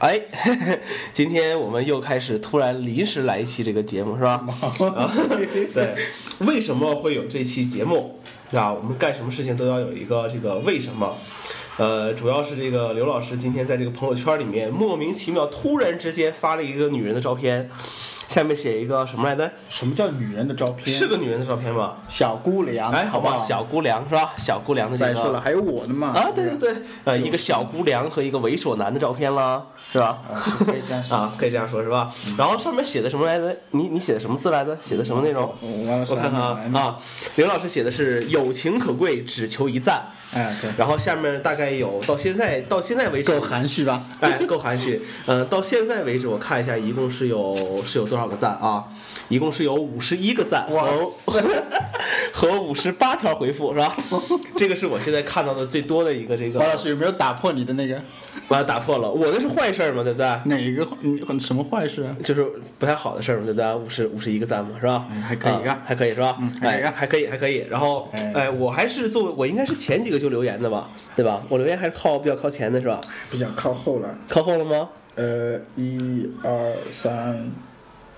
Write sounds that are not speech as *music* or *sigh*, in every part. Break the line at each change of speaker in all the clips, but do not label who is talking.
哎， *laughs* 嘿嘿今天我们又开始突然临时来一期这个节目是
*laughs*
吧？ *laughs* 啊，对，为什么会有这期节目？啊，我们干什么事情都要有一个这个为什么。呃，主要是这个刘老师今天在这个朋友圈里面莫名其妙突然之间发了一个女人的照片，下面写一个什么来着？
什么叫女人的照片？啊
是个女人的照片吗？
小姑娘，
哎，好
不
吧，
好？
小姑娘是吧？小姑娘的这
再
个
说了，还有我的嘛
啊，对对，对，呃，一个小姑娘和一个猥琐男的照片啦，是吧？
啊是可以这样说
啊，可以这样说，是吧？
嗯
然后上面写的什么来着？你你写的什么字来着？写的什么内容？
嗯我忘了
我看看啊
删了
啊，刘老师写的是“友情可贵，只求一赞
哎，”，对，
然后下面大概有到现在到现在为止
够含蓄吧？
哎，够含蓄。嗯，到现在为止，我看一下，一共是有是有多少个赞啊？一共是有五十一个赞
哇
和和五十八条回复，是吧？ *laughs* 这个是我现在看到的最多的一个这个
王，老师有没有打破你的那个
我要打破了。我的是坏事儿嘛，对不对？
*laughs* 哪一个嗯什么坏事啊？
就是不太好的事儿嘛，对不对？五十五十一个赞嘛，是吧？
哎还可以啊
还可以是吧？
嗯还可以啊
哎还可以，还可以。然后，
哎
哎，我还是作为我应该是前几个就留言的吧，对吧？我留言还是靠比较靠前的是吧？
比较靠后了，
靠后了吗？
呃，一二三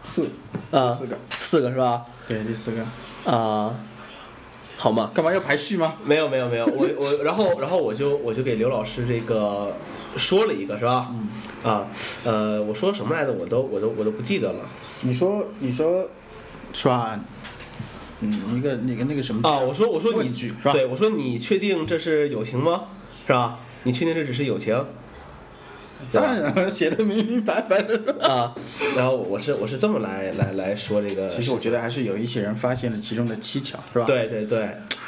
四，
啊，
第四个，
四个是吧？
对，第四个，
啊，好吗？
干嘛要排序吗？
没有没有没有，我我 *laughs* 然后然后我就我就给刘老师这个说了一个是吧？嗯啊呃，我说什么来着？我都我都我都不记得了
你说，你说，是吧？嗯，一个那个那个什么
啊！我说我说你
问句是吧
对我说你确定这是友情吗？是吧？你确定这只是友情？对吧
*laughs* 当然了写的明明白白的。
啊，然后我是我是这么来来来说这个，
其实我觉得还是有一些人发现了其中的蹊跷，是吧？，嗯
对对对，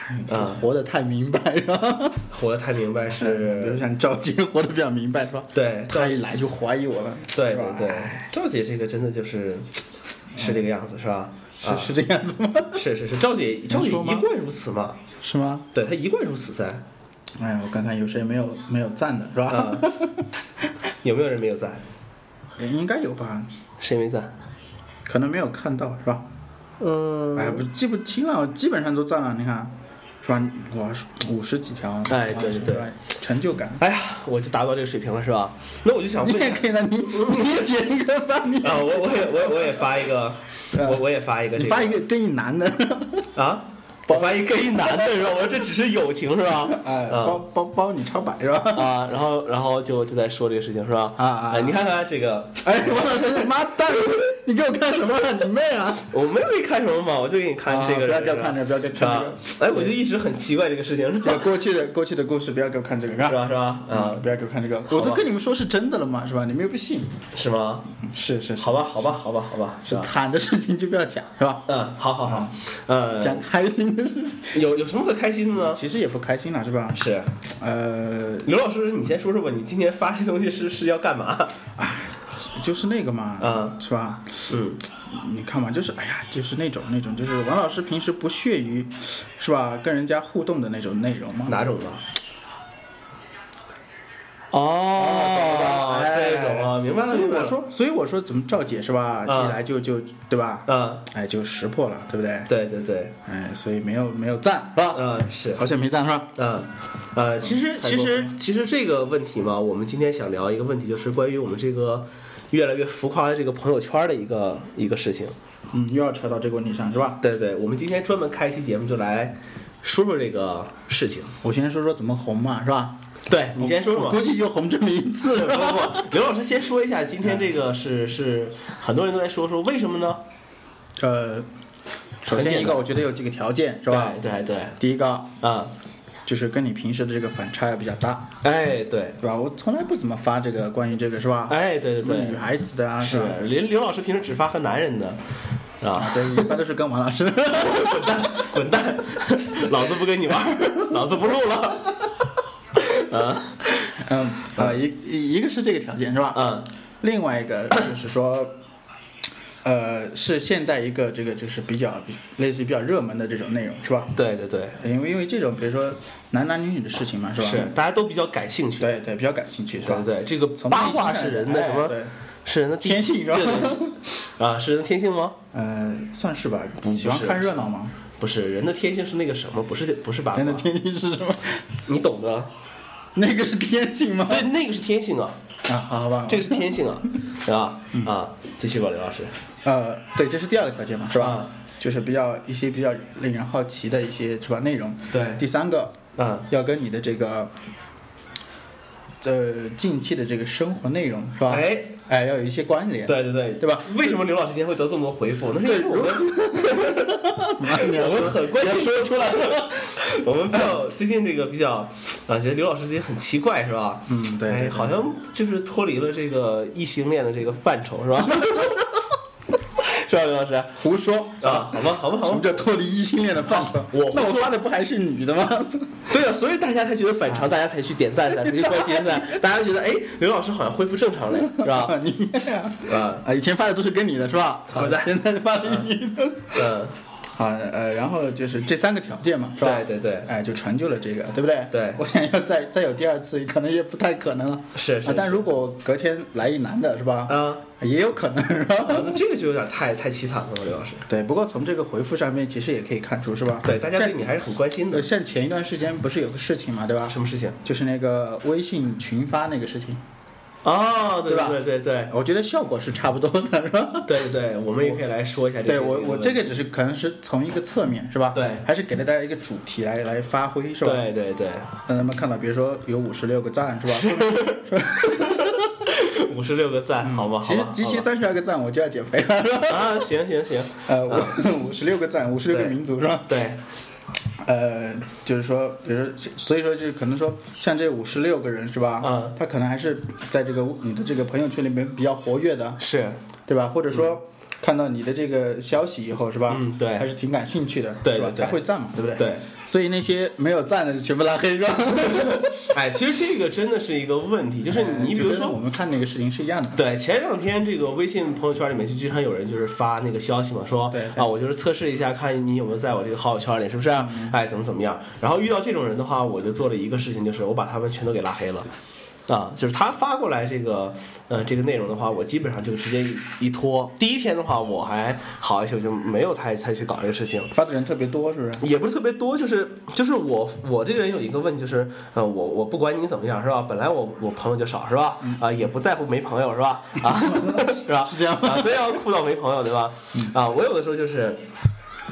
哎
啊，
活得太明白
*laughs*
了。
活得太明白
比如
是，
像赵杰活得比较明白，是吧？
嗯对
他一来就怀疑我了，
对
是吧哎
对对，赵姐这个真的就是是这个样子是吧？啊
是是这样子吗？
是是是，赵姐赵姐
说吗
一贯如此嘛，
是吗？
对她一贯如此噻。
哎，我看看有谁没有没有赞的，是吧？ *laughs*
啊，有没有人没有赞？
也应该有吧，
谁没赞？
可能没有看到，是吧？
嗯，
哎，不记不清了，我基本上都赞了，你看，是吧？我五十几条，啊
哎对对对
是吧，成就感。
哎呀，我就达不到这个水平了，是吧？那我就想
你
问一
也
下
可以的，你
嗯
你也剪一个吧，你
*laughs* 啊，我我也我也我也发一个，我我也发一个、这
嗯你
个，
发一个跟一男的，
啊，我发一个一男的是吧？我说这只是友情是吧？
*laughs* 哎，
啊
包包包你超百是吧？ *laughs*
啊，然后然后就就在说这个事情是吧？
啊啊
哎你看看这个，
哎，王老师，你妈蛋，你给我看什么了？你妹啊！
我没有给你看什么嘛，我就给你看这个
啊
人、
不要给我看这个不要给我看
是吧
这
哎，我就一直很奇怪这个事情是
*laughs* 这
吧？
过去的过去的故事，不要给我看这个，是吧
是？吧？是吧？啊
嗯，，不要给我看这个，
吧
我都跟你们说是真的了嘛，是吧？你们又不信，
是吗？
嗯是是
好，吧，好吧，好吧，好吧，是
是
吧？
惨的事情就不要讲，是吧？
嗯，好好好，呃，
讲开心的事情，
有有什么可开心的呢？
其实也不开心了，是吧？
是
呃，
刘老师，你先说说吧，你今天发这东西是是要干嘛？
就是那个嘛，
嗯
是吧？
嗯，
你看嘛，就是哎呀，就是那种那种，就是王老师平时不屑于，是吧？跟人家互动的那种内容嘛。
哪种啊？
哦
哦这种啊，明白了，
哎所以
明白了。
我说，所以我说，怎么赵姐是吧？
嗯
一来就就对吧？
啊，
哎，就识破了，对不对？
对对对，
哎，所以没有没有赞，是吧？
嗯是，
好久没赞是吧？
嗯呃，其实
太
其
过
实
分
其实这个问题嘛，我们今天想聊一个问题，就是关于我们这个越来越浮夸的这个朋友圈的一个一个事情。
嗯，又要扯到这个问题上是吧？
对对，我们今天专门开一期节目就来说说这个事情。
我先说说怎么红嘛，是吧？
对你先说说
我
吧。
估计就红这么一次，是
不
吧？
不 *laughs* 不，刘老师先说一下，今天这个是是很多人都在说说为什么呢？
呃，首
很
先
简
一个，
单
我觉得有几个条件是吧？
对对对，
第一个
啊、
就是跟你平时的这个反差要比较大，
哎对，
对吧？我从来不怎么发这个关于这个是吧？
哎对对
什么
对
女，孩子的啊，
是
吧？
刘刘老师平时只发和男人的，啊，
对，一般都是跟王老师。
*laughs* 滚蛋滚蛋，老子不跟你玩儿，老子不录了，啊
嗯啊，一一一个是这个条件是吧？
嗯
另外一个就是说，呃，是现在一个这个就是比较比类似于比较热门的这种内容是吧？
对对对，
因为因为这种比如说男男女女的事情嘛是吧？
是，大家都比较感兴趣，
对对，比较感兴趣是吧
对？对对，这个
从
八
内心
卦
看
是人的
哎
什么？
对，
是人的
天性是吧
对对对啊，是人的天性吗？
呃，算是吧。喜
不
欢
是啊
看热闹吗？
不是，人的天性是那个什么，不是不是八卦
人的，天性是什么？
你懂的。
*laughs* 那个是天性吗？ *laughs*
对，那个是天性啊，
啊，好吧，
这个是天性
*laughs*
啊，是吧？啊，继续吧，刘老师。
呃，对，这是第二个条件嘛，是吧？
啊
就是比较一些比较令人好奇的一些是吧内容。
对
第三个
嗯，
要跟你的这个呃近期的这个生活内容是吧？
哎
哎，要有一些关联。
对对对，
对吧？
为什么刘老师今天会得这么多回复？那是因为我们 *laughs* 我们很关心说出来了， *laughs* 我们比较最近这个比较啊，觉得刘老师最近很奇怪是吧？
嗯对对
哎，
对
好像就是脱离了这个异性恋的这个范畴 *laughs* 是吧？是吧，刘老师？啊，
胡说
好吧，好吧，好
什
吧
么。叫脱离异性恋的范畴？
我
那我发的不还是女的吗？
对啊，所以大家才觉得反常，大家才去点赞噻，才去关心 *laughs* 噻，大家觉得哎，刘老师好像恢复正常了，是
*laughs*
吧？
你
啊，
啊，以前发的都是跟你的是吧？啊
操蛋
现在发的女的。
嗯，
好，呃，然后就是这三个条件嘛，是吧？
对对对，
哎，就成就了这个，对不对？
对
*laughs* 我想要再再有第二次，可能也不太可能了。
是是
啊，但
是
如果隔天来一男的，是吧？
啊，
也有可能，是吧？
那这个就有点太太凄惨了，刘老师。
对，不过从这个回复上面，其实也可以看出，是吧？
对，大家对
像
你还是很关心
呃，
的。啊
像前一段时间不是有个事情嘛，对吧？
什么事情？
就是那个微信群发那个事情，
哦，对
对吧
对对对
我觉得效果是差不多的，是吧？
*laughs* 对对对，我们也可以来说一下这
对
些
我，我
问
这
题
个只是可能是从一个侧面，是吧？
对
还是给了大家一个主题来来发挥，是吧？
对对对，
让他们看到，比如说有五十六个赞，是吧？
五十六个赞，好吧，
嗯其
*laughs*
实
好吧
集齐
好吧
三十二个赞，我就要减肥了，是吧？
啊，行行行，
呃，五五 *laughs* 十六个赞，五十六个
对
民族是吧？
对
呃，就是说，比如说，所以说就是可能说，像这五十六个人是吧？
嗯
他可能还是在这个你的这个朋友圈里面比较活跃的，
是，
对吧？或者说、看到你的这个消息以后是吧？
嗯对
还是挺感兴趣的，
对
是吧？
对对
才会赞嘛，对不对？
对。
*laughs* 所以那些没有赞的全部拉黑是吧？ *laughs*
哎，其实这个真的是一个问题，就是你比
哎就
如
跟我
说。
们看那个视频是一样
*laughs*
的，
对，前两天这个微信朋友圈里面就经常有人就是发那个消息嘛，说
对
啊，我就是测试一下，看你有没有在我这个好友圈里，是不是？哎，怎么怎么样？然后遇到这种人的话，我就做了一个事情，就是我把他们全都给拉黑了。啊，就是他发过来这个，呃，这个内容的话，我基本上就直接一一拖。第一天的话，我还好一些，我就没有太太去搞这个事情。
发的人特别多，是不是？
也不是特别多，就是就是我我这个人有一个问题，就是呃我我不管你怎么样是吧？本来我我朋友就少是吧？啊、也不在乎没朋友是吧？啊 *laughs* 是吧？
是这样吗嗯
啊，对啊，酷到没朋友对吧？啊，我有的时候就是。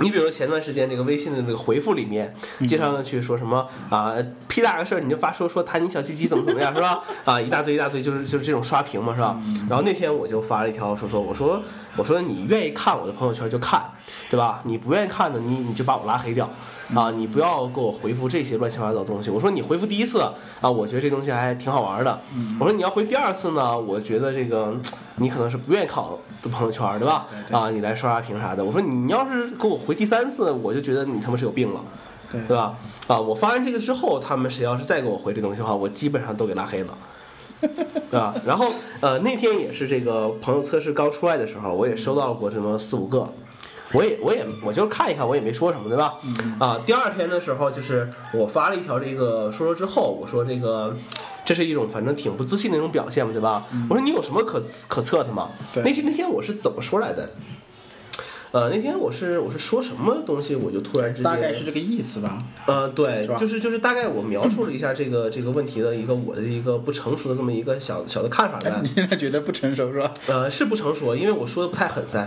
你比如前段时间这个微信的那个回复里面，经常去说什么啊，屁大个事儿你就发说说弹你小鸡鸡怎么怎么样是吧？啊，一大堆一大堆，就是就是这种刷屏嘛是吧？然后那天我就发了一条说说我说我说你愿意看我的朋友圈就看，对吧？你不愿意看的你你就把我拉黑掉。啊，你不要给我回复这些乱七八糟的东西。我说你回复第一次啊，我觉得这东西还挺好玩的。我说你要回第二次呢，我觉得这个你可能是不愿意看我的朋友圈，对吧？啊，你来刷刷屏啥的。我说你要是给我回第三次，我就觉得你他妈是有病了。
对
对吧？啊，我发现这个之后，他们谁要是再给我回这东西的话，我基本上都给拉黑了。对吧？然后呃，那天也是这个朋友测试刚出来的时候，我也收到了过这么四五个，我也我也我就是看一看，我也没说什么，对吧？
嗯
啊，第二天的时候就是我发了一条这个说说之后，我说这个。这是一种反正挺不自信的一种表现嘛，对吧？我说你有什么可可测的吗？
嗯对
那天那天我是怎么说来的？呃，那天我是我是说什么东西，我就突然之间
大概是这个意思吧。
呃，对
是吧，
就是就是大概我描述了一下这个这个问题的一个我的一个不成熟的这么一个小小的看法
哎
来
*laughs* 你，现在觉得不成熟是吧？
呃，是不成熟，因为我说的不太狠塞，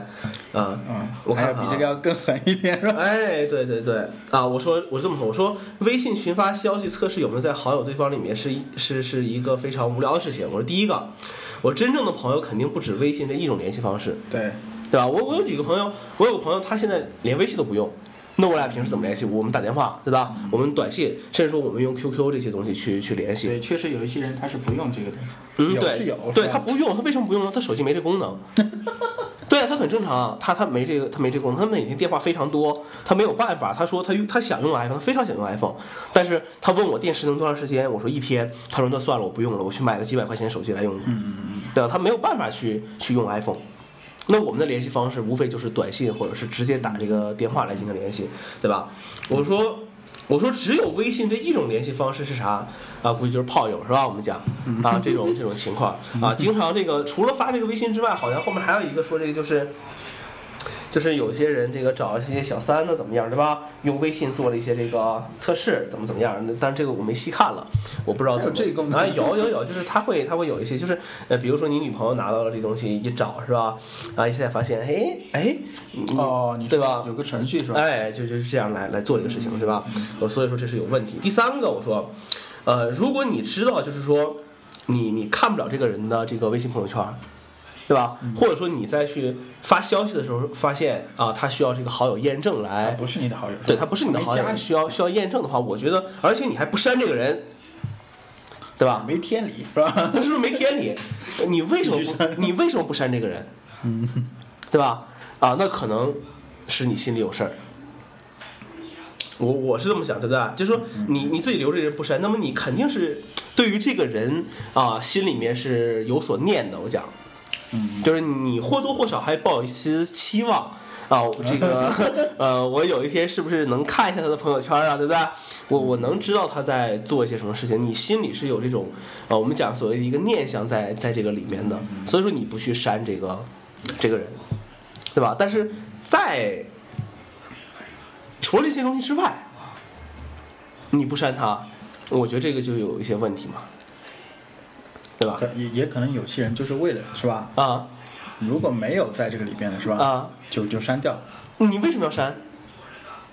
啊、
嗯，
我看
还有
看啊
比这个要更狠一点是吧？ *laughs*
哎，对对对，啊，我说我这么说，我说微信群发消息测试有没有在好友对方里面是一是是一个非常无聊的事情。我说第一个，我真正的朋友肯定不止微信这一种联系方式，
对，
对吧？我我有几个朋友，我有个朋友，他现在连微信都不用。那我俩平时怎么联系？我们打电话，对吧？我们短信，甚至说我们用 QQ 这些东西去去联系。
对，确实有一些人他是不用这个东西，
嗯，
有
对，
是有，
对
是吧
他不用，他为什么不用呢？他手机没这功能。 *laughs* 对啊，他很正常啊，他他没这个，他没这功能，他每天电话非常多，他没有办法。他说他用他想用 iPhone，他非常想用 iPhone，但是他问我电池能多长时间，我说一天，他说那算了，我不用了，我去买了几百块钱手机来用。嗯嗯嗯，对啊，他没有办法去去用 iPhone。那我们的联系方式无非就是短信或者是直接打这个电话来进行联系，对吧？我说我说只有微信这一种联系方式是啥啊？估计就是炮友是吧？我们讲啊这种这种情况啊，经常这个除了发这个微信之外，好像后面还有一个说这个就是。就是有些人这个找这些小三呢怎么样，对吧？用微信做了一些这个测试，怎么怎么样？但是这个我没细看了，我不知道怎么。
还有这功能
啊，有有有，就是他会他会有一些，就是呃，比如说你女朋友拿到了这东西一找是吧？啊，现在发现，哎哎，
哦，你
对吧
有个程序是吧？
哎，就就是这样来来做这个事情，对
嗯
吧？我所以说这是有问题。第三个，我说，呃，如果你知道，就是说你你看不了这个人的这个微信朋友圈，对吧？
嗯
或者说你再去发消息的时候，发现啊、他需要这个好友验证来，
不是你的好友，
对他不是你的好
没加
友，
你
需要需要验证的话，我觉得，而且你还不删这个人，对吧？
没天理是吧？ *laughs*
那是不是没天理？你为什么不你为什么不删这个人？对吧？啊，那可能是你心里有事儿。我我是这么想，对不对？就是说你你自己留着人不删，那么你肯定是对于这个人啊心里面是有所念的。我讲，
嗯，
就是你或多或少还抱有一丝期望啊，我这个呃，我有一天是不是能看一下他的朋友圈啊，对不对？我我能知道他在做一些什么事情，你心里是有这种呃，我们讲所谓的一个念想在在这个里面的，所以说你不去删这个这个人，对吧？但是在除了这些东西之外，你不删他，我觉得这个就有一些问题嘛，对吧？
可也也可能有些人就是为了是吧？
啊
如果没有在这个里边了是吧？
啊，
就就删掉了，
你为什么要删？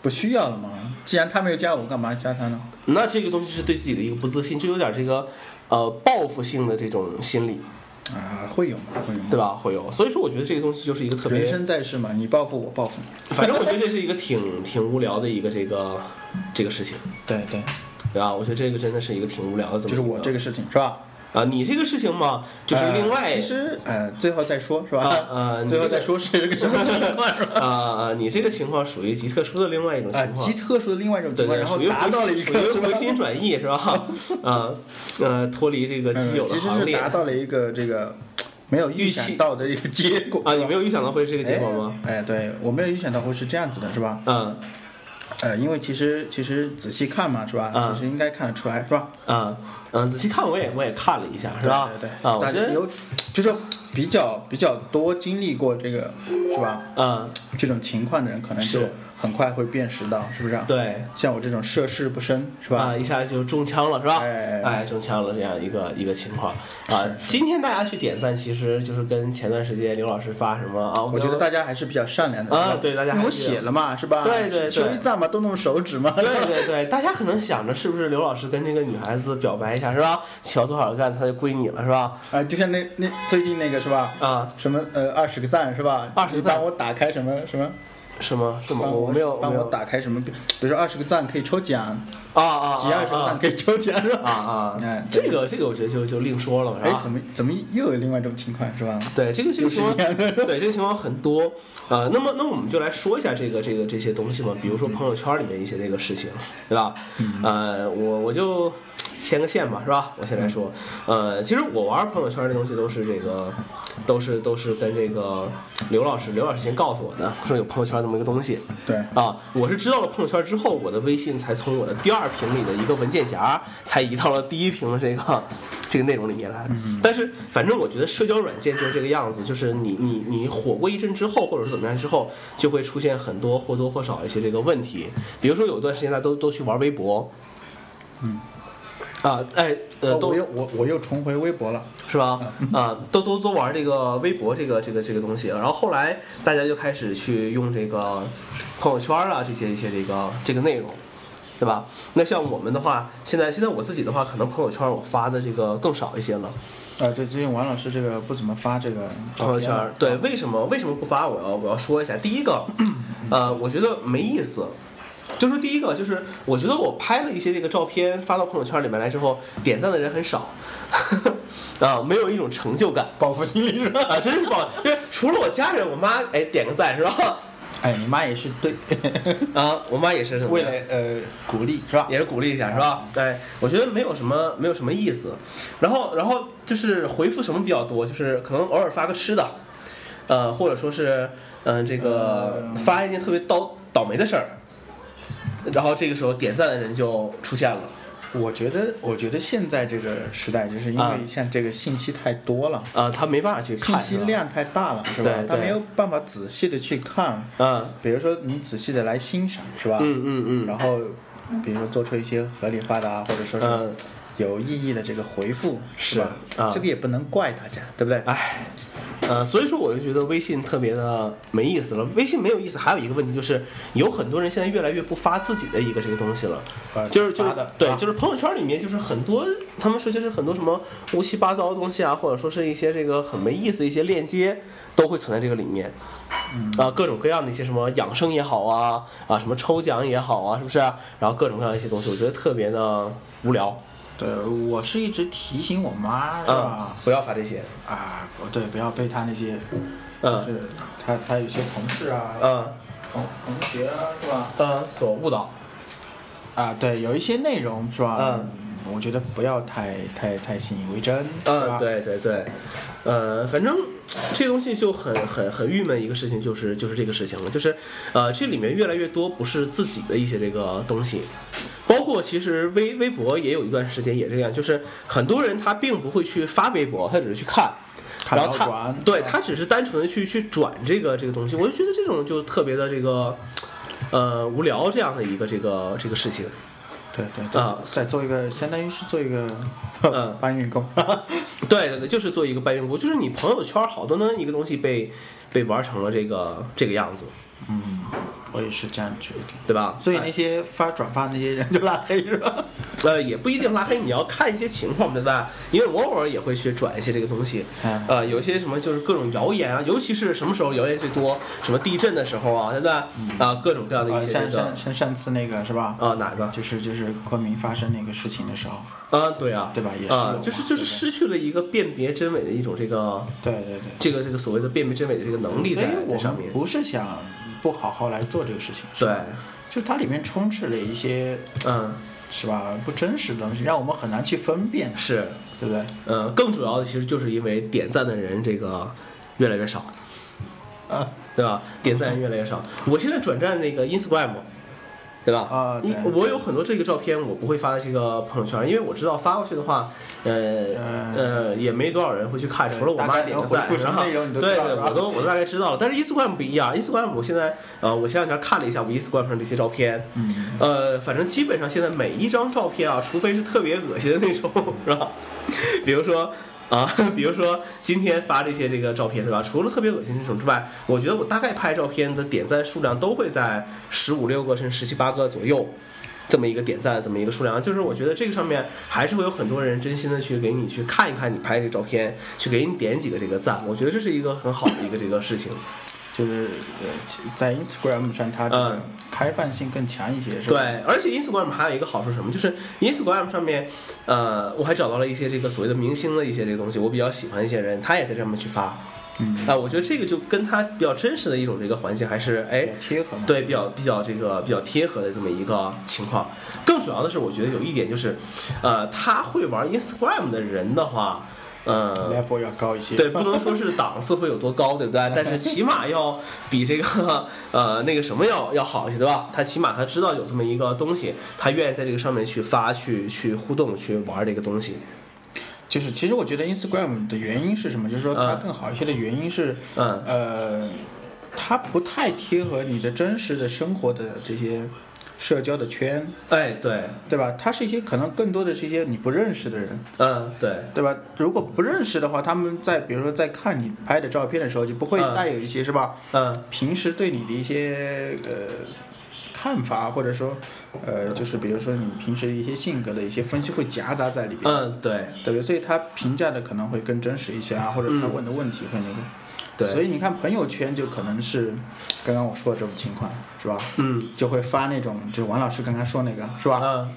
不需要了嘛。既然他没有加我，干嘛加他呢？
那这个东西是对自己的一个不自信，就有点这个呃报复性的这种心理，
啊，会有嘛，会有嘛。
对吧？会有，所以说我觉得这个东西就是一个特别
人，生在世嘛，你报复我报复你，
反正我觉得这是一个挺挺无聊的一个这个这个事情，
*laughs* 对对，
对吧？我觉得这个真的是一个挺无聊的，
就是我这
个
个事情是吧？
啊，你这个事情嘛，就是另外、
呃其实呃，最后再说是吧？
啊呃你
*laughs* 最后
这个
再说是个什么情况是
*laughs*
吧？
啊啊，你这个情况属于极特殊的另外一种情
啊，
况，
极特殊的另外一种
对
情况，
对，
然后
属于
达
回
到了一
属
个
于
是吧
回心转意是吧？啊呃，脱离这个基友的
嗯，其实
行
是
列
达到了一个这个没有预
预期
想到的一个结果
啊，你没有预想到会是这个结果吗？？
哎，哎对我没有预想到会是这样子的，是吧？
嗯
呃，因为其实其实仔细看嘛，是吧？
嗯
其实应该看得出来，是吧？
啊，嗯，仔细看我也我也看了一下，是吧？
对对对，
啊，我
大
觉
家
得，
有就是比较比较多经历过这个是吧？
嗯，
这种情况的人，可能就是很快会辨识到，是不是、啊？，
对，
像我这种涉世不深，是吧？
啊，一下就中枪了，是吧？
哎哎哎
哎，中枪了这样一个一个情况啊
是。
今天大家去点赞，其实就是跟前段时间刘老师发什么啊，
我觉得大家还是比较善良的
啊
是吧
对大家
因为
还
我
是
写了嘛，是吧？
对对对
求一赞嘛，动动手指嘛。
对对对，大家可能想着是不是刘老师跟这个女孩子表白一下是吧？乔多少个赞他就归你了是吧？
啊，就像那那最近那个是吧？
啊，
什么呃，二十个赞是吧？
20个
你
赞
帮我打开什么什么？
什么什么？
帮
我没有
帮
没
我
有
打开什么？比如说二十个赞可以抽奖，
啊啊，
集二十个赞
啊
可以抽奖是
啊
吧？
啊
哎
啊，这个这个我觉得就就另说了嘛，是
哎
吧，？
怎么怎么又有另外一种情况是吧？
对这个这个情况，
又是一样
对这个情况很多啊、呃那么那我们就来说一下这个这个这些东西嘛，比如说朋友圈里面一些这个事情，对吧？呃，我我就牵个线吧，是吧？我先来说，呃，其实我玩朋友圈这东西都是这个，都是都是跟这个刘老师刘老师先告诉我的，说有朋友圈这么一个东西，
对，
啊，我是知道了朋友圈之后，我的微信才从我的第二屏里的一个文件夹，才移到了第一屏的这个 *laughs* 这个内容里面来。但是，反正我觉得社交软件就是这个样子，就是你你你火过一阵之后，或者是怎么样之后，就会出现很多或多或少一些这个问题。比如说，有一段时间大家都都去玩微博，嗯，啊，哎，呃，
哦
都
我又我我又重回微博了，
是吧？啊，都都都玩这个微博这个这个这个东西，然后后来大家就开始去用这个朋友圈啊这些一些这个这个内容，对吧？那像我们的话，现在现在我自己的话，可能朋友圈我发的这个更少一些了。
啊，对，最近王老师这个不怎么发这个
朋友圈
照片
儿
了，
对，为什么为什么不发？我要我要说一下，第一个，呃，我觉得没意思。就说第一个，就是我觉得我拍了一些这个照片发到朋友圈里面来之后，点赞的人很少， *laughs* 啊，没有一种成就感。
报复心理是吧？
*laughs* 啊，真是棒！因为除了我家人，我妈哎点个赞是吧？
哎，你妈也是对，
啊，我妈也是什么
为
呀
了呃鼓励是吧？
也是鼓励一下是吧？对，我觉得没有什么没有什么意思。然后然后就是回复什么比较多，就是可能偶尔发个吃的，呃，或者说是嗯、呃这个
嗯
发一件特别倒倒霉的事儿，然后这个时候点赞的人就出现了。
我觉得，我觉得现在这个时代，就是因为
啊
像这个信息太多了，
啊，他没办法去
信
看，
息
是吧，
量太大了，是吧
对？
他
对
没有办法仔细的去看，
嗯
比如说你仔细的来欣赏，是吧？
嗯嗯嗯，
然后，比如说做出一些合理化的啊，或者说是
嗯
有意义的这个回复，
是
吧？
啊
这个也不能怪大家，对不对？
唉，呃，所以说我就觉得微信特别的没意思了。微信没有意思，还有一个问题就是，有很多人现在越来越不发自己的一个这个东西了，
呃
就是就是
发的
对，
啊
就是朋友圈里面就是很多他们说就是很多什么乌七八糟的东西啊，或者说是一些这个很没意思的一些链接都会存在这个里面。啊，各种各样的一些什么养生也好啊，啊什么抽奖也好啊，是不是、然后各种各样的一些东西，我觉得特别的无聊。
对，我是一直提醒我妈，是
嗯
吧？，
不要发这些。
啊，不对，不要被她那些，就
嗯
是她她有些同事啊，
嗯
同同学啊，是吧？
嗯，所误导。
啊，对，有一些内容是吧？
嗯，
我觉得不要太太太信以为真，是
嗯，，
吧
对对对，呃，反正这东西就很很很郁闷一个事情，就是就是这个事情了，就是呃，这里面越来越多不是自己的一些这个东西，包括其实微微博也有一段时间也这样，就是很多人他并不会去发微博，他只是去看。
看
然后
到
他
转
对
啊
他只是单纯的去去转这个这个东西，我就觉得这种就特别的这个，呃无聊这样的一个这个这个事情，
对对对
啊，
再做一个，相当于是做一个
嗯
*laughs* 搬运工，
*laughs* 对对对，就是做一个搬运工，就是你朋友圈好多呢一个东西被被玩成了这个这个样子，
我也是这样觉得。
对吧？
所以那些发转发那些人就拉黑是吧？
呃也不一定拉黑，你要看一些情况，对吧？因为我偶尔也会去转一些这个东西
嗯，
呃，有些什么就是各种谣言啊，尤其是什么时候谣言最多，什么地震的时候啊，对吧？啊，各种各样的
啊，
一些
像
这个
像像上次那个是吧？
啊哪个？
就是就是昆明发生那个事情的时候，
啊，对啊，
对吧也是有
啊
嘛，
就是
对
就是
吧
失去了一个辨别真伪的一种这个
对对对，
这个这个所谓的辨别真伪的这个能力
所以
在
我
在上
们
面，
不是想不好好来做这个事情，是
对
吧，就它里面充斥了一些
嗯，
是吧不真实的东西，让我们很难去分辨，
是。
对不对？
呃，更主要的其实就是因为点赞的人这个越来越少，
啊，
对吧？点赞人越来越少。我现在转战那个 Instagram，对吧？
啊对
因我有很多这个照片，我不会发到这个朋友圈，因为我知道发过去的话，呃
嗯
呃，也没多少人会去看，
对
除了我
大
妈
概
点
能
个赞
回复，什
然
么
后
内容你都
对
知道
对，
是吧
我都我都大概知道了。但是 Instagram 不一样，Instagram 我现在呃，我前两天看了一下我 Instagram 上这些照片，
嗯，
呃，反正基本上现在每一张照片啊，除非是特别恶心的那种， *laughs* 是吧？比如说啊， *laughs* 比如说今天发这些这个照片，对吧？除了特别恶心这种之外，我觉得我大概拍照片的点赞数量都会在十五六个甚至十七八个左右。这么一个点赞，这么一个数量，就是我觉得这个上面还是会有很多人真心的去给你去看一看你拍这个照片，去给你点几个这个赞，我觉得这是一个很好的一个这个事情。
就是呃，其在 Instagram 上它这个
嗯
开放性更强一些，是
对，
吧？
而且 Instagram 还有一个好处是什么？就是 Instagram 上面，呃，我还找到了一些这个所谓的明星的一些这个东西，我比较喜欢一些人，他也在上面去发，啊、
嗯，
我觉得这个就跟他比较真实的一种这个环境还是哎
比较。贴合嘛。
对，比较比较这个比较贴合的这么一个情况。更主要的是，我觉得有一点就是，呃，他会玩 Instagram 的人的话，呃，
*laughs* ，level 要高一些。
对，不能说是档次会有多高，对不对？但
*laughs*
是起码要比这个 *laughs* 呃那个什么要要好一些，对吧？他起码他知道有这么一个东西，他愿意在这个上面去发、去去互动、去玩这个东西。
就是其实我觉得 Instagram 的原因是什么？就是说它
嗯
更好一些的原因是，
嗯
呃，它不太贴合你的真实的生活的这些社交的圈，
哎，对，
对吧？它是一些可能更多的是一些你不认识的人，
嗯，对，
对吧？如果不认识的话，他们在比如说在看你拍的照片的时候，就不会
嗯
带有一些、是吧？
嗯，
平时对你的一些呃看法，或者说呃，就是比如说你平时的一些性格的一些分析会夹杂在里边。
嗯，对，
对不对？所以他评价的可能会更真实一些啊，或者他问的问题会那个。
嗯对
所以你看朋友圈就可能是刚刚我说的这种情况，是吧？
嗯，
就会发那种，就是王老师刚刚说那个，是吧？
嗯，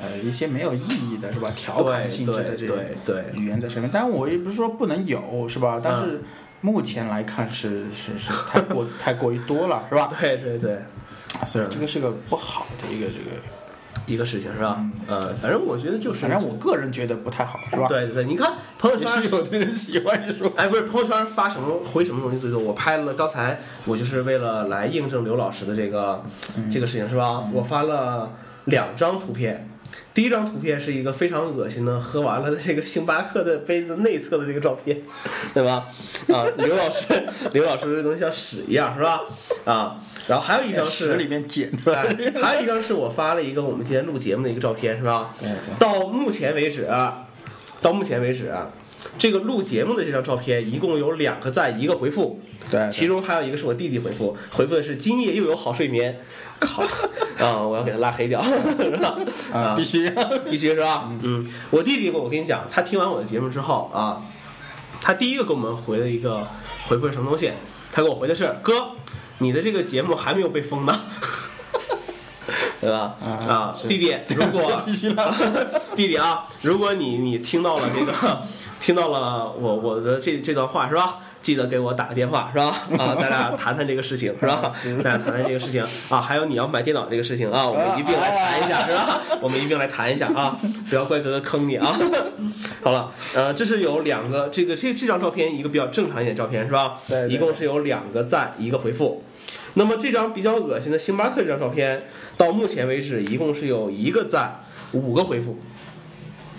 呃，一些没有意义的，是吧？调侃
对，
性质的
对，
这
对
种，
对，嗯
语言在上面，但我也不是说不能有，是吧？但是目前来看是是是太过太过于多了，是吧？
对，对，对。
啊所以这个是个不好的一个这个，嗯
一个事情是吧？呃，反正我觉得就是，
反正我个人觉得不太好，是吧？，
对对对，你看朋友圈
也是有的人喜欢是吧？
哎，不是朋友圈发什么回什么东西最多？我拍了，刚才我就是为了来印证刘老师的这个、这个事情是吧？我发了两张图片，第一张图片是一个非常恶心的喝完了的这个星巴克的杯子内侧的这个照片，对吧？啊，刘老师， *laughs* 刘老师这东西像屎一样是吧？啊，然后还有一张是
屎里面捡出
对
来，，
还有一张是我发了一个我们今天录节目的一个照片，是吧
对？对
到目前为止，啊到目前为止，啊这个录节目的这张照片一共有两个赞，一个回复，
哎对对
其中还有一个是我弟弟回复，回复的是今夜又有好睡眠，靠，啊、我要给他拉黑掉，是吧？
啊，必须
*laughs* 必须是吧？嗯，我弟弟，我跟你讲，他听完我的节目之后啊，他第一个给我们回了一个回复是什么东西？他给我回的是哥，你的这个节目还没有被封呢。 *laughs* 对吧？
啊
啊，
*laughs* 是
弟弟，如果
必须的
*laughs* 弟弟啊，如果你你听到了这个， *laughs* 听到了我我的这这段话是吧？记得给我打个电话是吧？
*laughs*
啊，咱俩谈谈这个事情是吧？
嗯
咱俩谈谈这个事情啊，还有你要买电脑这个事情啊，我们一并来谈一下是吧？我们一并来谈一下啊，不要怪哥哥坑你啊。 *laughs* 好了，呃，这是有两个这个这这张照片，一个比较正常一点照片是吧？
对对对
一共是有两个赞，一个回复。那么这张比较恶心的星巴克这张照片，到目前为止一共是有一个赞，五个回复。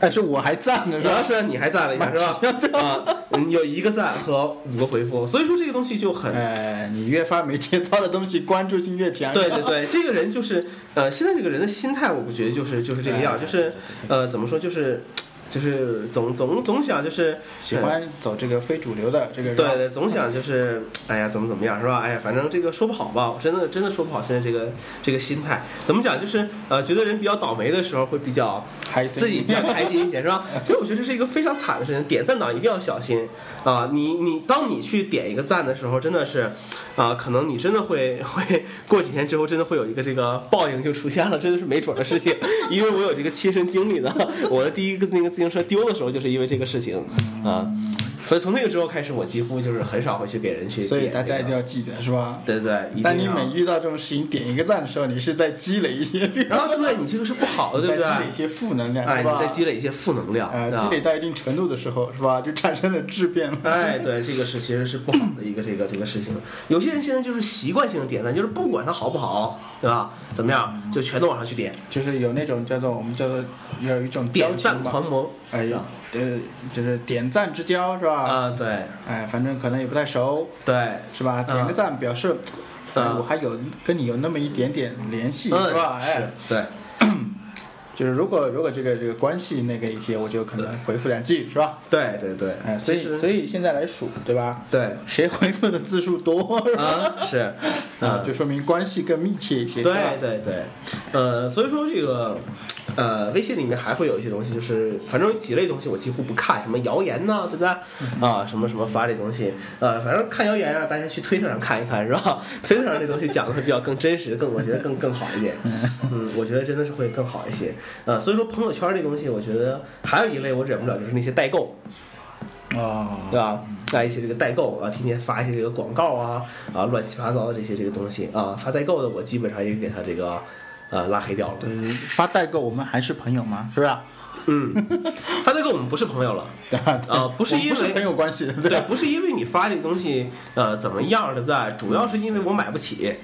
哎，是我还赞呢，是
主要
吧？
是啊你还赞了一下是吧？啊，嗯有一个赞和五个回复，所以说这个东西就很。
哎，你越发没节操的东西，关注性越强。
对对对，这个人就是，呃，现在这个人的心态，我觉得就是就是这个
哎
样，就是，呃，怎么说，就是，就是总总总想就是呃
喜欢走这个非主流的这个，
对，对，总想就是，哎呀，怎么怎么样是吧？哎呀，反正这个说不好吧，我真的真的说不好现在这个这个心态。怎么讲？就是呃，觉得人比较倒霉的时候会比较
还
自己比较开心一点是吧？ *laughs* 其实我觉得这是一个非常惨的事情，点赞党一定要小心啊！你你当你去点一个赞的时候，真的是啊，可能你真的会会过几天之后，真的会有一个这个报应就出现了，真的是没准儿的事情。 *laughs* 因为我有这个亲身经历的，我的第一个那个自行车丢的时候，就是因为这个事情啊。所以从那个之后开始，我几乎就是很少会去给人去点这
所
个、
以大家一定要记得，是吧？
对对，啊一
当
定
你
要
每遇到这种事情点一个赞的时候，你是在积累一些力量，
啊，对你这个是不好的，对
在
不对？
积累一些负能量，
哎，
是
你
吧？
在积累一啊些负能量，是
呃
吧
积累到一定程度的时候，是吧？就产生了质变了。
哎，对，这个是其实是不好的一个这个这个事情。有些人现在就是习惯性地点赞，就是不管它好不好，对吧？怎么样，
嗯
就全都往上去点，
就是有那种叫做我们叫做有一种
点
交情
赞
吧，
狂魔
哎呀，呃，就是点赞之交是吧？
啊，对
哎，反正可能也不太熟，
对，
是吧？
嗯
点个赞表示，哎
嗯
我还有跟你有那么一点点联系，是吧？
嗯，
哎
是，，对，
就是如果如果这个这个关系那个一些，我就可能回复两句，是吧？
对对对，
哎，所
其
以
实
所以现在来数，对吧？ *laughs*
对
谁回复的字数多，是吧？
啊是，
啊，
嗯，
就说明关系更密切一些，是吧
对对对，呃，所以说这个。呃，微信里面还会有一些东西，就是反正有几类东西我几乎不看，什么谣言呐、对不对？
嗯
啊，什么什么发这东西，呃，反正看谣言啊，大家去推特上看一看，是吧？ *laughs* 推特上这东西讲的会比较更真实，更我觉得更更好一点。 *laughs* 嗯，我觉得真的是会更好一些。呃，所以说朋友圈这东西，我觉得还有一类我忍不了，就是那些代购。
哦，
对吧？在一些这个代购啊，天天发一些这个广告啊啊，乱七八糟的这些这个东西啊，发代购的我基本上也给他这个呃拉黑掉了。
对，发代购我们还是朋友吗？是不是啊？
嗯，发代购我们不是朋友了，
*laughs* 对吧？
啊不是
我们
因
不是
为
朋友关系， *laughs* 对
对
吧，
不是因为你发这个东西呃怎么样，对不对？主要是因为我买不起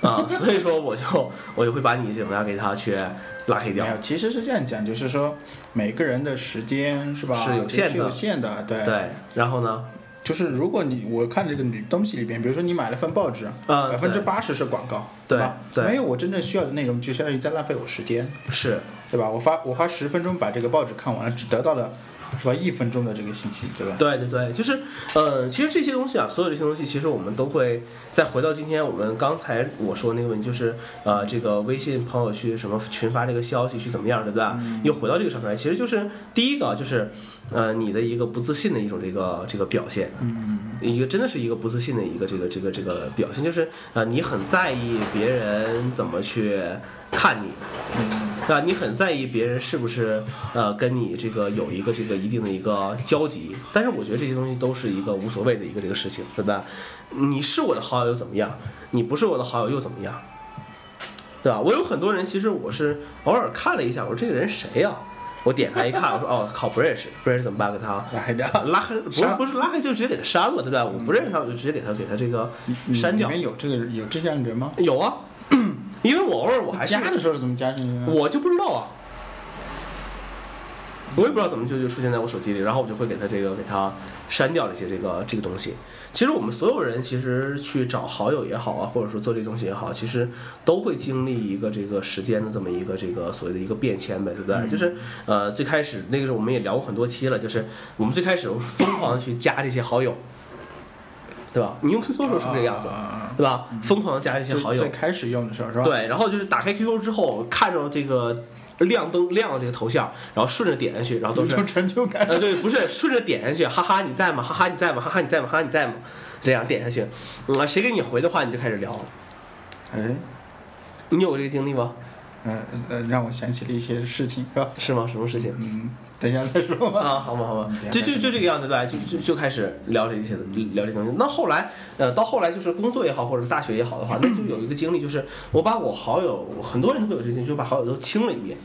啊，所以说我就我就会把你怎么样给他去拉黑掉
没。有，其实是这样讲，就是说每个人的时间是吧？
是有限的
是有限的，对。
对，然后呢？
就是如果你我看这个你东西里边，比如说你买了份报纸，
嗯
百分之八十是广告，
对
吧？
对
没有我真正需要的内容，就相当于在浪费我时间，
是
对吧？我花我花十分钟把这个报纸看完了，只得到了是吧一分钟的这个信息，对 *laughs* 吧？
对对对，就是，呃，其实这些东西啊，所有这些东西，其实我们都会再回到今天我们刚才我说那个问题，就是呃，这个微信朋友去什么群发这个消息去怎么样，对不对？又回到这个上面来，其实就是第一个啊就是，呃，你的一个不自信的一种这个这个表现，嗯，一个真的是一个不自信的一个这个这个这个表现，就是呃，你很在意别人怎么去看你，那你很在意别人是不是呃跟你这个有一个这个一定的一个交集，但是我觉得这些东西都是一个无所谓的一个这个事情，对吧？你是我的好友又怎么样？你不是我的好友又怎么样？对吧？我有很多人，其实我是偶尔看了一下，我说这个人谁呀、我点开一看，我说哦靠，不认识，不认识怎么办？给他
拉黑掉
拉黑，不是
删
不是拉黑，就直接给他删了，对吧？我不认识他，我就直接给他给他这个
你
删掉
里。面有这个有这样的人吗？
*clears throat* 有啊，因为我偶尔我还是
嗯加的时候是怎么加进去的呢？
我就不知道啊。我也不知道怎么就就出现在我手机里，然后我就会给它这个给它删掉这些这个这个东西。其实我们所有人其实去找好友也好啊，或者说做这东西也好，其实都会经历一个这个时间的这么一个这个所谓的一个变迁呗，对不
嗯
对？就是呃最开始那个时候我们也聊过很多期了，就是我们最开始疯狂的去加这些好友。对吧？你用 QQ 的时候是不是这个样子？
啊
对吧？疯狂的加这些好
就
友
最，开始用的时候是吧？
对，然后就是打开 QQ 之后，看着这个亮灯亮的这个头像，然后顺着点下去，然后都
有
是
种成就感。
呃，对，不是顺着点下去，哈哈，你在吗？哈哈，你在吗？哈哈，你在吗？哈哈，你在吗？这样点下去，嗯，啊谁给你回的话，你就开始聊了。呃
哎，
你有过这个经历吗？
嗯呃，让我想起了一些事情是吧？
是吗？什么事情？
嗯，等一下再说吧。
啊，好吧，好吧，
嗯
就就就这个样子，对吧，就就就开始聊这些聊这东西。那后来，呃，到后来就是工作也好，或者是大学也好的话，那
*coughs*
就有一个经历，就是我把我好友，很多人都会有这个经历，就把好友都清了一遍，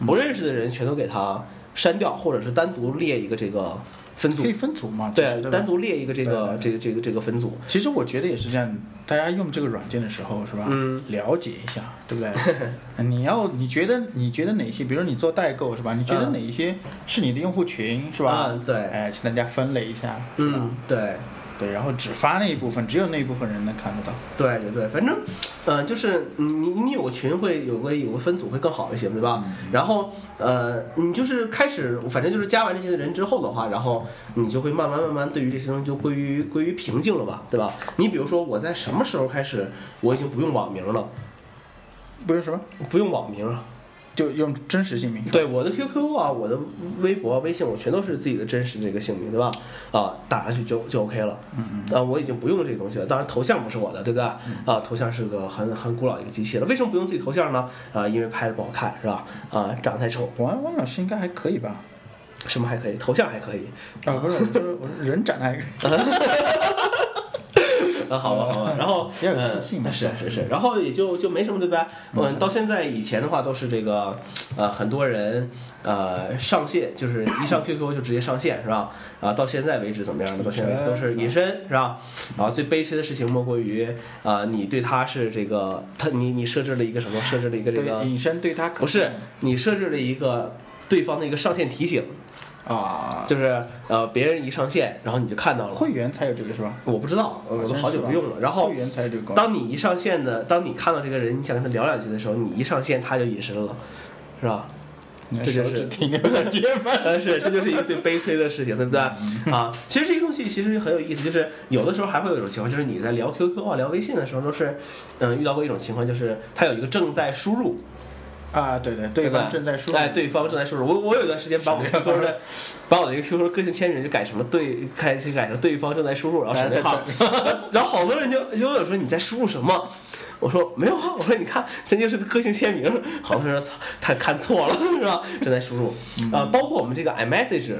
嗯
不认识的人全都给他删掉，或者是单独列一个这个分组
可以，分组嘛？其实
对，
对吧
单独列一个这个这个这个这个分组，
其实我觉得也是这样，大家用这个软件的时候是吧？
嗯，
了解一下，对
*laughs*
不对？你要你觉得你觉得哪些，比如你做代购是吧？你觉得
嗯
哪一些是你的用户群是吧？
嗯对
哎，请大家分类一下，是吧？
嗯，对。
对，然后只发那一部分，只有那一部分人能看得到。
对对对，反正，嗯、就是你你你有个群会有个有个分组会更好一些，对吧？然后呃，你就是开始，反正就是加完这些人之后的话，然后你就会慢慢慢慢对于这些东西就归于归于平静了吧，对吧？你比如说我在什么时候开始我已经不用网名了，
不是什么，
不用网名了，
就用真实姓名。
对我的 QQ 啊，我的微博、微信，我全都是自己的真实这个姓名，对吧？啊，打上去就就 OK 了。嗯嗯。啊，我已经不用这个东西了。当然，头像不是我的，对不对？啊，头像是个很很古老一个机器了。为什么不用自己头像呢？啊，因为拍的不好看，是吧？啊，长得太丑，
王王老师应该还可以吧？
什么还可以，头像还可以。
啊，不是，我说我说人长得还可
*laughs*
以。
啊，好吧，好吧，然后
嗯也有自信嘛
嗯是是是，然后也就就没什么对吧？嗯，到现在以前的话都是这个，呃，很多人呃上线就是一上 QQ 就直接上线是吧？啊，到现在为止怎么样呢？到现在都是隐身是吧？然后最悲催的事情莫过于啊、呃你对他是这个他你你设置了一个什么？设置了一个这个
啊对，隐身对他可
不是你设置了一个对方的一个上线提醒，
啊，
就是呃别人一上线，然后你就看到了。
会员才有这个是吧？
我不知道，呃我都
像
好久
是吧
不用了。然后
会员才有这个功能。
当你一上线呢，当你看到这个人，你想跟他聊两句的时候，你一上线他就隐身了，是吧？
你的
这就
手指
是
停留在键盘
但是这就是一个最悲催的事情，对不对？啊，其实这个东西其实很有意思，就是有的时候还会有一种情况，就是你在聊 QQ 啊、聊微信的时候，都是嗯遇到过一种情况，就是他有一个正在输入，
啊，对对，对
吧
方正在输入，
哎，对方正在输入。我我有段时间把我
省略
QQ 的，把我的一个 QQ 个性签名就改成了对，改改成对方正在输入，然后省略号
哎。
*laughs* 然后好多人就就问我说你在输入什么？我说没有啊，我说你看，这就是个个性签名。好多人说操，他看错了是吧？正在输入，
嗯
啊，包括我们这个 iMessage。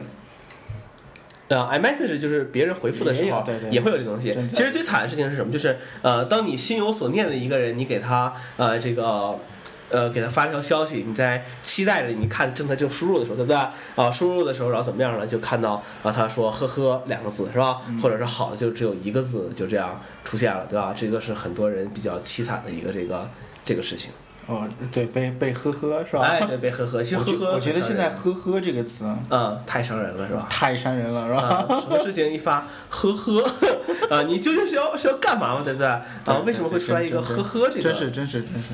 呃，iMessage 就是别人回复的时
也有
候
对对
也会有这东西
真。的
其实最惨的事情是什么？就是呃，当你心有所念的一个人，你给他呃这个呃给他发了条消息，你在期待着你看正在正输入的时候，对不对？啊、输入的时候，然后怎么样呢？就看到啊他说呵呵两个字是吧？
嗯
或者是好的就只有一个字，就这样出现了，对吧？这个是很多人比较凄惨的一个这个这个事情。
哦，对，被被呵呵是吧？
哎，对，被呵呵，其实
我
呵
觉
呵
我觉得
很伤人
现在呵呵这个词
嗯太伤人了是吧？
太伤人了是吧？
啊，什么事情一发呵呵， *laughs* 啊，你究竟是要是要干嘛嘛，对不对？啊，
*laughs*
为什么会出来一个呵呵这个？
真是真是真是，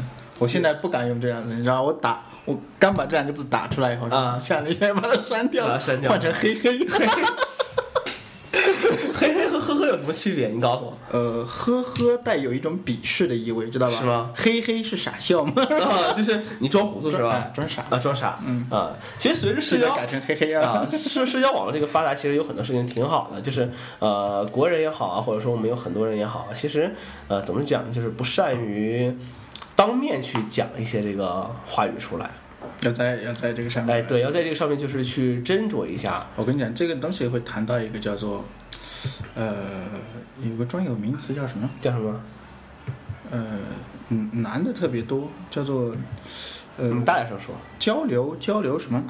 我现在不敢用这样子，你知道，我打我刚把这两个字打出来以后，
啊
吓得现在把它删掉
把它
了，
删掉
换成嘿嘿。 *laughs*
嘿嘿和呵呵有什么区别？你告诉我。
呃，呵呵带有一种鄙视的意味，知道吧？
是吗？
嘿嘿是傻笑吗？
啊，就是你装糊涂是
装
吧
哎？装傻
啊，装傻。嗯啊，其实随着社
直接 *laughs*
交
改成嘿嘿
啊
啊！，
社社交网络这个发达，其实有很多事情挺好的，就是呃，国人也好啊，或者说我们有很多人也好啊，其实呃，怎么讲，就是不善于当面去讲一些这个话语出来。
要在要在这个上面，
哎，对，要在这个上面就是去斟酌一下。
我跟你讲，这个东西会谈到一个叫做，呃，有个专有名词叫什么？
叫什么？
呃，嗯，男的特别多，叫做
你
呃
嗯大点声说。
交流交流什么？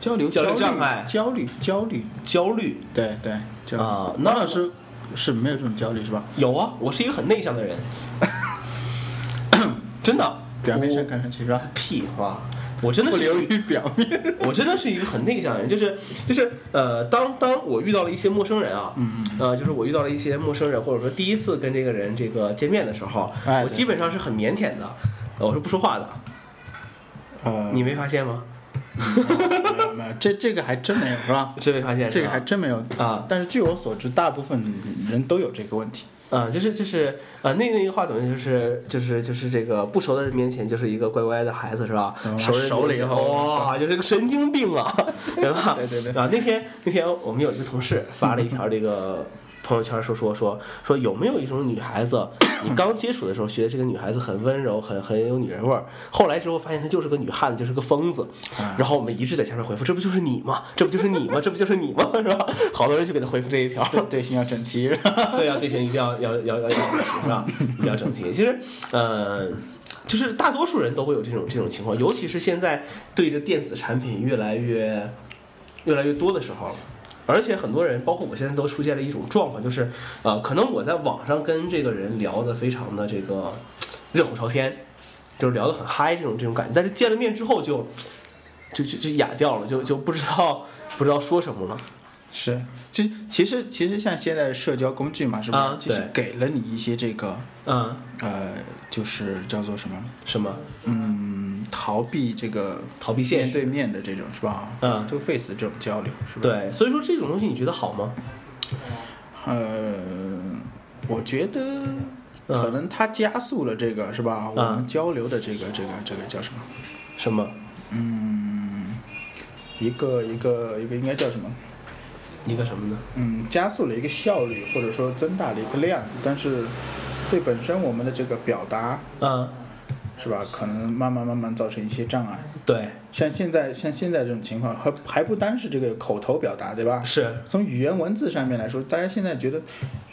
交流
交流
虑
障碍
焦虑焦虑，
焦虑
对对焦虑。
啊那
那老师是没有这种焦虑是吧？
有啊，我是一个很内向 *coughs* 的人，真的。
表面上
我
看上去是吧？
屁话，我真的
不
是
流于表面。
我真的是一个很内向的人，就是就是呃，当当我遇到了一些陌生人啊，
嗯
呃，就是我遇到了一些陌生人，或者说第一次跟这个人这个见面的时候，
哎
我
对
基本上是很腼腆的，呃我是不说话的，
呃，
你没发现吗？
没有没有，这这个还真没有是吧？
真没发现是
这个
吧
还真没有
啊。
但是据我所知，大部分人都有这个问题。
啊、就是就是呃，那那句话怎么就是就是就是这个不熟的人面前就是一个乖乖的孩子是吧？
嗯
熟人
熟了以
面前
后
哇、就是个神经病啊，
*laughs*
对吧？
对对对
啊，那天那天我们有一个同事发了一条这个朋友圈说，说说说有没有一种女孩子，你刚接触的时候觉得这个女孩子很温柔，很很有女人味儿，后来之后发现她就是个女汉子，就是个疯子。
啊
然后我们一致在下面回复，这不就是你吗？这不就是你吗？这不就是你吗？是吧？好多人就给他回复这一条。
啊对队形要整齐，
对啊，队形一定要要要要要整齐，是吧？一定要整齐。其实，呃，就是大多数人都会有这种这种情况，尤其是现在对着电子产品越来越越来越多的时候。而且很多人，包括我现在都出现了一种状况，就是，呃，可能我在网上跟这个人聊的非常的这个热火朝天，就是聊得很嗨这种这种感觉，但是见了面之后就就就就哑掉了，就就不知道不知道说什么了。
是，就是其实其实像现在社交工具嘛，是吧？
啊
其实
对
给了你一些这个
嗯，
呃，就是叫做什么，
什么
嗯，逃避这个
逃避现
面
实？
对面的这种是吧、
嗯
f a c e to face 这种交流是吧？，
对，所以说这种东西你觉得好吗？
呃，我觉得。
嗯
可能它加速了这个是吧？我们交流的这个这个这个叫什么？
什么？
嗯，一个一个一个应该叫什么？
一个什么呢？
嗯，加速了一个效率，或者说增大了一个量，但是对本身我们的这个表达
嗯，
是吧，可能慢慢慢慢造成一些障碍。
对，
像现在像现在这种情况，还还不单是这个口头表达，对吧？
是，
从语言文字上面来说，大家现在觉得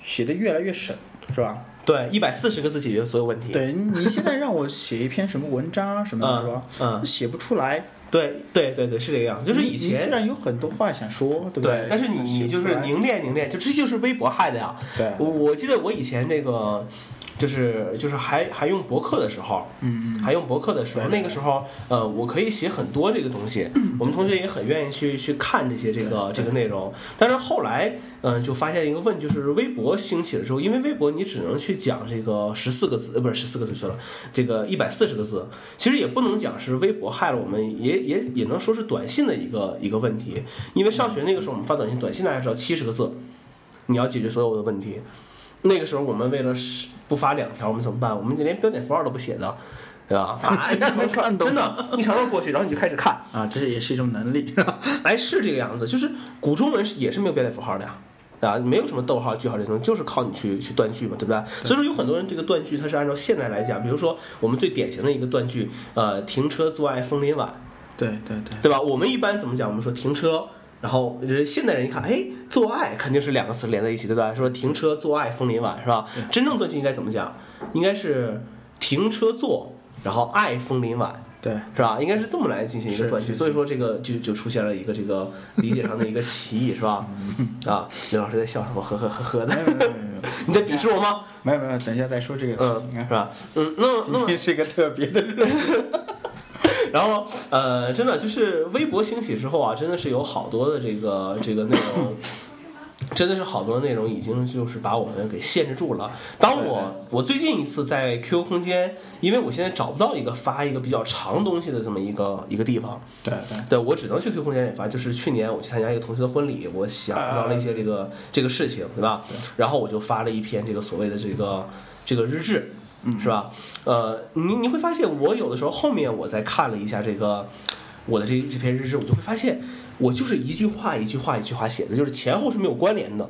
写的越来越省，是吧？
对，一百四十个字解决所有问题。，
对你现在让我写一篇什么文章啊什么的，是吧
嗯？嗯，
写不出来，
对对对对，是这个样子。就是以
你你虽
前
然有很多话想说，对不
对，但是你你
写不
就
出
是
来
凝练凝练，就这就是微博害的呀。
对，
我我记得我以前这个就是就是还还用博客的时候，
嗯嗯，
还用博客的时候，
对嗯
那个时候，呃，我可以写很多这个东西，我们同学也很愿意去去看这些这个这个内容。但是后来，嗯、就发现一个问题，就是微博兴起了之后，因为微博你只能去讲这个十四个字，呃，不是十四个字去了，这个一百四十个字，其实也不能讲是微博害了我们，也也也能说是短信的一个一个问题。因为上学那个时候我们发短信，短信大家知道七十个字，你要解决所有的问题。那个时候我们为了是不发两条，我们怎么办？我们连标点符号都不写的，对吧？啊，一长串 *laughs* 真的，一长串过去，然后你就开始看，
啊，这也是一种能力，是吧？
哎，是这个样子，就是古中文是也是没有标点符号的呀。啊，没有什么逗号、句号这种，就是靠你去去断句嘛，对不对？所以说有很多人这个断句，它是按照现代来讲，比如说我们最典型的一个断句，呃，停车坐爱枫林晚，
*laughs* 对对对，
对吧？我们一般怎么讲？我们说停车，然后人现代人一看，哎，做爱肯定是两个词连在一起，对吧？说停车做爱枫林晚是吧？真正断句应该怎么讲？应该是停车坐，然后爱枫林晚。
对，
是吧？应该是这么来进行一个
是
断句，
是
所以说这个就就出现了一个这个理解上的一个歧义，是吧？
嗯
啊，刘老师在笑什么？呵呵呵呵的，你在鄙视我吗？
没有没有没有没有没有没有，等一下再说这个事
嗯，
情啊
是。吧？嗯，那那
今天是一个特别的日子，
然后呃，真的就是微博兴起之后啊，真的是有好多的这个这个内容。真的是好多内容已经就是把我们给限制住了。当我我最近一次在 QQ 空间，因为我现在找不到一个发一个比较长东西的这么一个一个地方，
对对，
对我只能去 QQ 空间里发。就是去年我去参加一个同学的婚礼，我想到了一些这
啊
个、这个事情，对吧？然后我就发了一篇这个所谓的这个这个日志，
嗯
是吧？呃，你你会发现，我有的时候后面我再看了一下这个我的这这篇日志，我就会发现，我就是一句话一句话一句话写的，就是前后是没有关联的。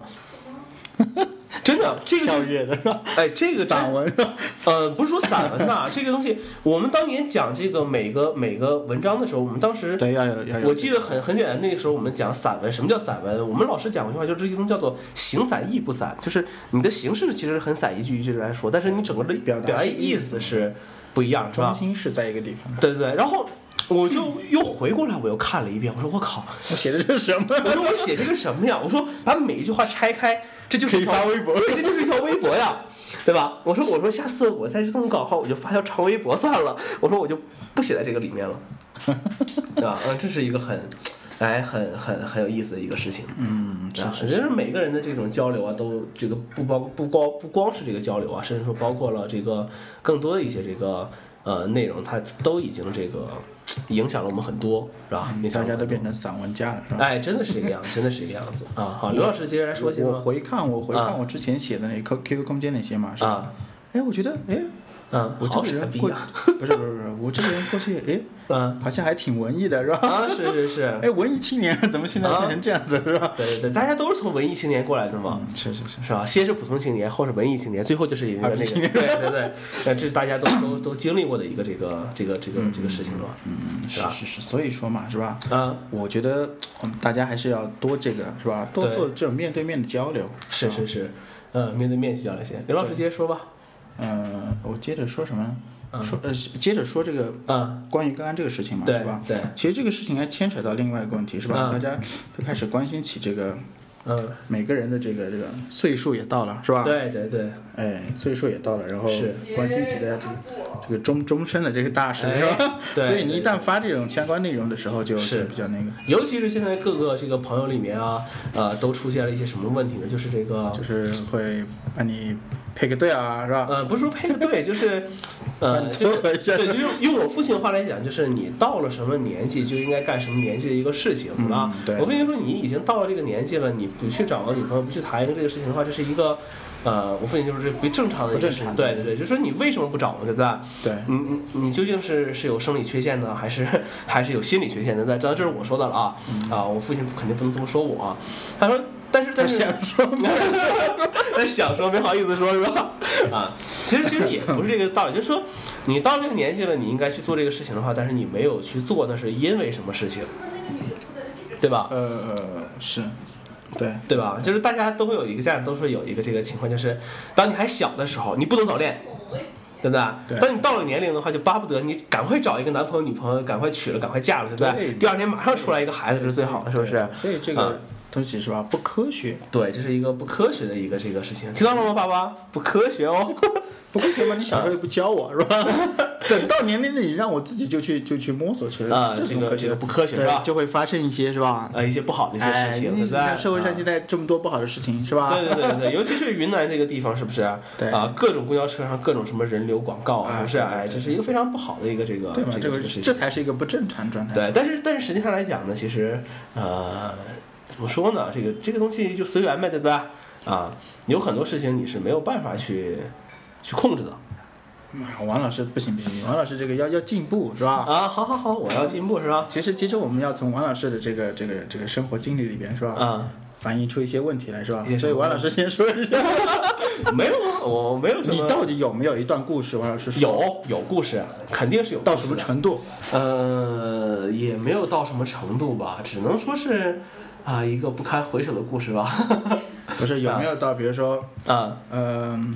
真的，这个就
跳跃的是吧？
哎，这个真
散文是吧？
呃，不是说散文呐、这个东西，我们当年讲这个每个每个文章的时候，我们当时
对，要有要有。
我记得很很简单，那个时候我们讲散文，什么叫散文？我们老师讲过一句话，就是一种叫做“形散意不散”，就是你的形式其实很散，一句一句来说，但是你整个的
表达
表达
是
意思是不一样，是
中
吧？
心是在一个地方，
对对对。然后我就又回过来，我又看了一遍，我说我靠，
我写的是什么？
我说我写这个什么呀？我说把每一句话拆开，这就是一条
可以发微博
对，这就是一条微博呀，对吧？我说我说下次我再这么搞的话，我就发条长微博算了。我说我就不写在这个里面了。对吧？嗯，这是一个很，哎，很很很有意思的一个事情。
嗯，
啊，其实每个人的这种交流啊，都这个不包不光不光是这个交流啊，甚至说包括了这个更多的一些这个呃内容，它都已经这个影响了我们很多，是吧？影响
嗯
了
大家
我们
都
很多
变成散文家了，是吧？
哎，真的是这个样子，真的是这个样子啊！好，刘老师接着来说行
我
吗？
回看我回看
啊
我之前写的那 Q QQ 空间那些嘛，是吧？
啊，
哎，我觉得哎，
嗯，
我这
好
个
傻
人
逼
过去
啊！
不是不是不是，我这个人过去哎，
嗯
好像还挺文艺的，是吧？
啊，是是是，
哎，文艺青年怎么现在变成这样子，是吧？
对对对，大家都是从文艺青年过来的嘛。
嗯，是是是，
是吧？先是普通青年，后是文艺青年，最后就是一个那
二
个，
逼青
对
年
对对，那这是大家都都都经历过的一个这个这个这个这个事情了，
嗯，
是
是
吧
是是，所以说嘛，是吧？
啊，
我觉得嗯大家还是要多这个，是吧？多
对
做这种面对面的交流。
是
吧
是是，呃，面对面去交流些。刘老师直接说吧，
嗯，我接着说什么
嗯
呢？说呃，接着说这个
啊，
关于刚刚这个事情嘛，
对
是吧？
对，
其实这个事情还牵扯到另外一个问题，是吧？
嗯
大家都开始关心起这个
嗯，
每个人的这个这个岁数也到了，是吧？，
对对对，
哎，岁数也到了，然后
是
关心起大家这个这个终终身的这个大事，是 *laughs* 吧？
哎对
所以你一
对
旦发这种相关内容的时候就，就是比较那个，
尤其是现在各个这个朋友里面啊，呃，都出现了一些什么问题呢？就是这个，
就是会把你配个对啊，是吧？
呃，不是说配个对，就是，
把
呃，
*laughs* 你
就
撮合一下
对，就用用我父亲的话来讲，就是你到了什么年纪就应该干什么年纪的一个事情
嗯
啊。
对
我父亲说你已经到了这个年纪了，你不去找个女朋友，不去谈一个这个事情的话，这是一个。呃，我父亲就是这不正常的一个
不正
事情，
常
对对对，就说你为什么不找嘛，对不对？
对，
你你你究竟是是有生理缺陷呢，还是还是有心理缺陷呢？那当然这是我说的了啊、
嗯
啊！我父亲肯定不能这么说我、啊他说，但是但是
想说嘛，
*laughs* 他想说没好意思说是吧？啊，其实其实也不是这个道理，就是说你到这个年纪了，你应该去做这个事情的话，但是你没有去做，那是因为什么事情，对吧？
呃，是，对，
对吧？就是大家都会有一个家长都说有一个这个情况，就是当你还小的时候，你不能早恋，对不对？
对
当你到了年龄的话，就巴不得你赶快找一个男朋友、女朋友，赶快娶了，赶快嫁了，对不对？
对
第二年马上出来一个孩子是最好的，是不是
对？所以这
嗯
个东西是吧，不科学，
对，这是一个不科学的一个这个事情，听到了吗，爸爸？不科学哦。
不科学嘛？你小时候又不教我，是吧？ *laughs* 等到年龄了，你让我自己就去就去摸索去
啊
了，这
这
怎么
个
科
这
学？
个不科学
对
是吧
就会发生一些是吧？
呃一些不好的一些
哎，
事情，对
你
不对？
看社会上
啊
现在这么多不好的事情是吧？
对对对对对，尤其是云南这个地方，是不是？
对
啊，各种公交车上各种什么人流广告啊，
啊
是不是？
对对
哎，
对
这是一个非常不好的一个这个
对嘛，
这
这
个
个
事
这
情。
才是一个不正常状态。
对，但是但是实际上来讲呢，其实呃，怎么说呢？这个这个东西就随缘呗，对不对？啊，有很多事情你是没有办法去去控制的
嗯，王老师不行不行，王老师这个要要进步是吧？
啊。好好好，我要进步是吧？
其实其实我们要从王老师的这个这个这个生活经历里边是吧，
啊，
反映出一些问题来是吧
一些？
所以
什么
王老师先说一下，
没有啊，我我没有什
你
么。
到底有没有一段故事？王老师说
有有故事，啊肯定是有
到
故事
什么
的
程度？
呃，也没有到什么程度吧，只能说是啊、一个不堪回首的故事吧。 *laughs*
不是有没有到比如说
啊
嗯，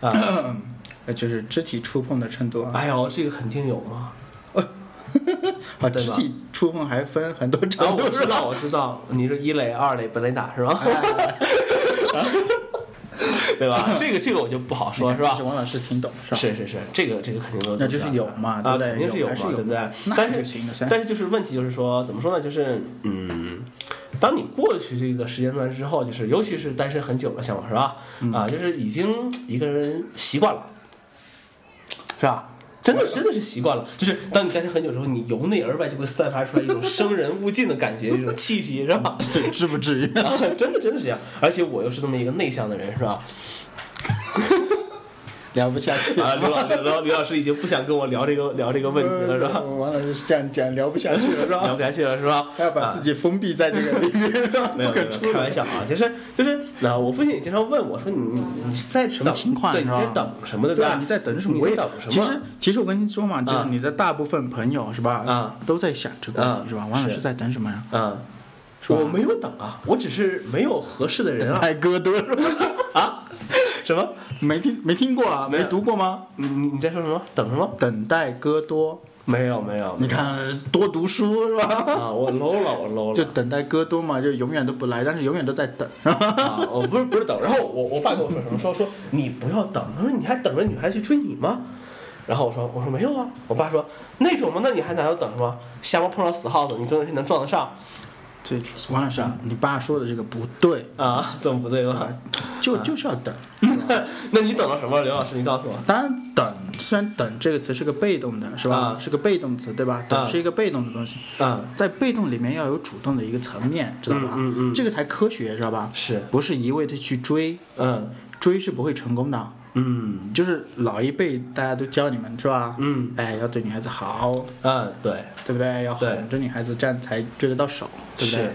啊！
呃就是肢体触碰的程度啊？
哎呦，这个肯定有嘛。
啊，
对
肢
吧
体触碰还分很多
啊，
程
我
度
知
是吧？
道，我知道，你是一垒、二垒、本垒打是吧？ *laughs* 对吧？这个这个我就不好说，是
其
吧
实？王老师挺懂是吧？
是是是，这个这个肯定都
那就是有嘛
啊，
对不对
肯定是
有
嘛，
还是有
对不对？
那
但
就是行了噻
但是就是问题就是说，怎么说呢？就是嗯，当你过去这个时间段之后，就是尤其是单身很久了，像我是吧？
嗯
啊，就是已经一个人习惯了，是吧？真的真的是习惯了，就是当你单身很久之后，你由内而外就会散发出来一种生人勿近的感觉，一种气息，是
*laughs*
吧？
至不至于。
啊，真的真的是这样，而且我又是这么一个内向的人，是吧？
聊不下去
啊，刘老刘刘刘老师已经不想跟我聊这个聊这个问题了，是吧？
王老师这样讲聊不下去了是
聊
吧？
不下去了是吧？
他要把自己封闭在这个里面，是吧
啊没有
不
没有
肯
没
出
有开
来
玩。笑啊，就是就是那我父亲也经常问我说你你你在什
么情况
对，你
是吧
在等什么对
对
吧？
啊，你在等什么？
你
我
在
也
等什么？
其实，其实我跟你说嘛，就是
啊
你的大部分朋友是吧，
啊
都在想这个问
啊
题是吧？王老
是
师在等什
*laughs*
么呀？
嗯，
是吧
我没有等啊，我只是没有合适的人啊
太哥多是吧？
啊，什么？
*laughs* 没听没听过啊？
没有
没读过吗？
你你你在说什么？等什么？
等待戈多，
没有没有，
你看多读书是吧？
*laughs* 啊，我 low 了我 low 了，
就等待戈多嘛，就永远都不来，但是永远都在等。 *laughs*
啊，我不是不是等，然后我我爸跟我说什么，说说你不要等，他说你还等着女孩去追你吗？然后我说我说没有啊，我爸说那种嘛，那你还在那等什么？瞎猫碰到死耗子，你总有一天能撞得上
这王老师，啊你爸说的这个不对
啊？怎么不对了？
啊，就就是要等。
*laughs* 那你等到什么了，刘老师？你告诉我。
当然，等虽然“等”这个词是个被动的，是吧？
啊
是个被动词，对吧？
啊
等是一个被动的东西，
嗯，
在被动里面要有主动的一个层面，知道吧？
嗯嗯嗯
这个才科学，知道吧？
是，
不是一味的去追，
嗯
追是不会成功的。
嗯
就是老一辈大家都教你们，是吧？
嗯
哎，要对女孩子好，
嗯，对，
对不对？要
对
哄着女孩子，这样才追得到手，对不对
是？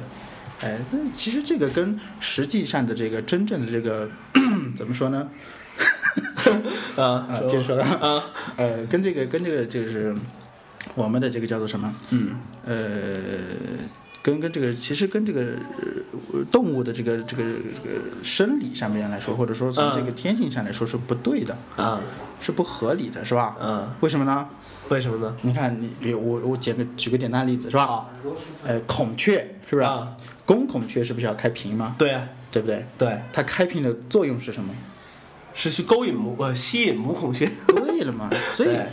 哎，但是其实这个跟实际上的这个真正的这个 *clears throat* 怎么说呢？
啊
啊，接着说
啊，
呃，跟这个跟这个就是我们的这个叫做什么？
嗯
呃，跟跟这个其实跟这个、呃动物的这个这个这个生理上面来说，或者说从这个天性上来说是不对的，
嗯啊
是不合理的，是吧？
嗯，
为什么呢？
为什么呢？
你看，你比如我我举个举个简单的例子是吧？呃，孔雀是不是？
啊
公孔雀是不是要开屏吗？
对啊，
对不对？
对，
它开屏的作用是什么？
是去勾引母呃吸引母孔雀。
对了嘛，所以
对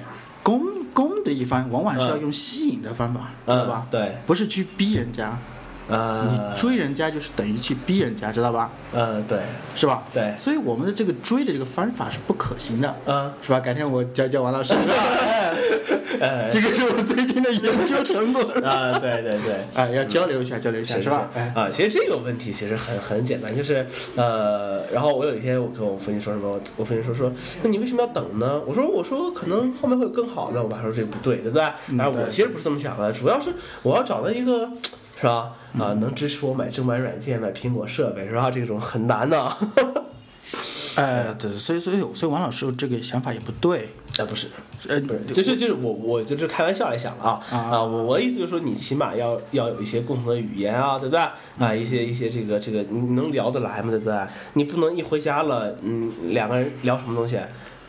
攻攻的一方往往是要
嗯
用吸引的方法，
嗯
对吧？
对
不是去逼人家，
呃 *laughs*
你追人家就是等于去逼人家，知道吧？
呃对，
是吧？
对
所以我们的这个追的这个方法是不可行的，
*laughs* 嗯
是吧？改天我教教王老师，
哎
*laughs* 这个是我最近的研究成果。 *laughs*
啊对对对。
啊，要交流一下，交流一下，是吧？哎，
啊，其实这个问题其实很很简单，就是呃，然后我有一天我跟我父亲说什么，我我父亲说说，那你为什么要等呢？我说我说可能后面会有更好的，我爸说这个不对，对不对？然后我
嗯对
其实不是这么想的，主要是我要找到一个。是吧？啊、
嗯
能支持我买正版软件、买苹果设备，是吧？这种很难的。 *laughs* 啊，
呃，对，所以所以所以王老师这个想法也不对，
不是，
呃，
不是，就是就是我我就是开玩笑来想了啊
啊
啊！我我的意思就是说，你起码要要有一些共同的语言啊，对不对？啊，一些一些这个这个你能聊得来吗？对不对？你不能一回家了，嗯，两个人聊什么东西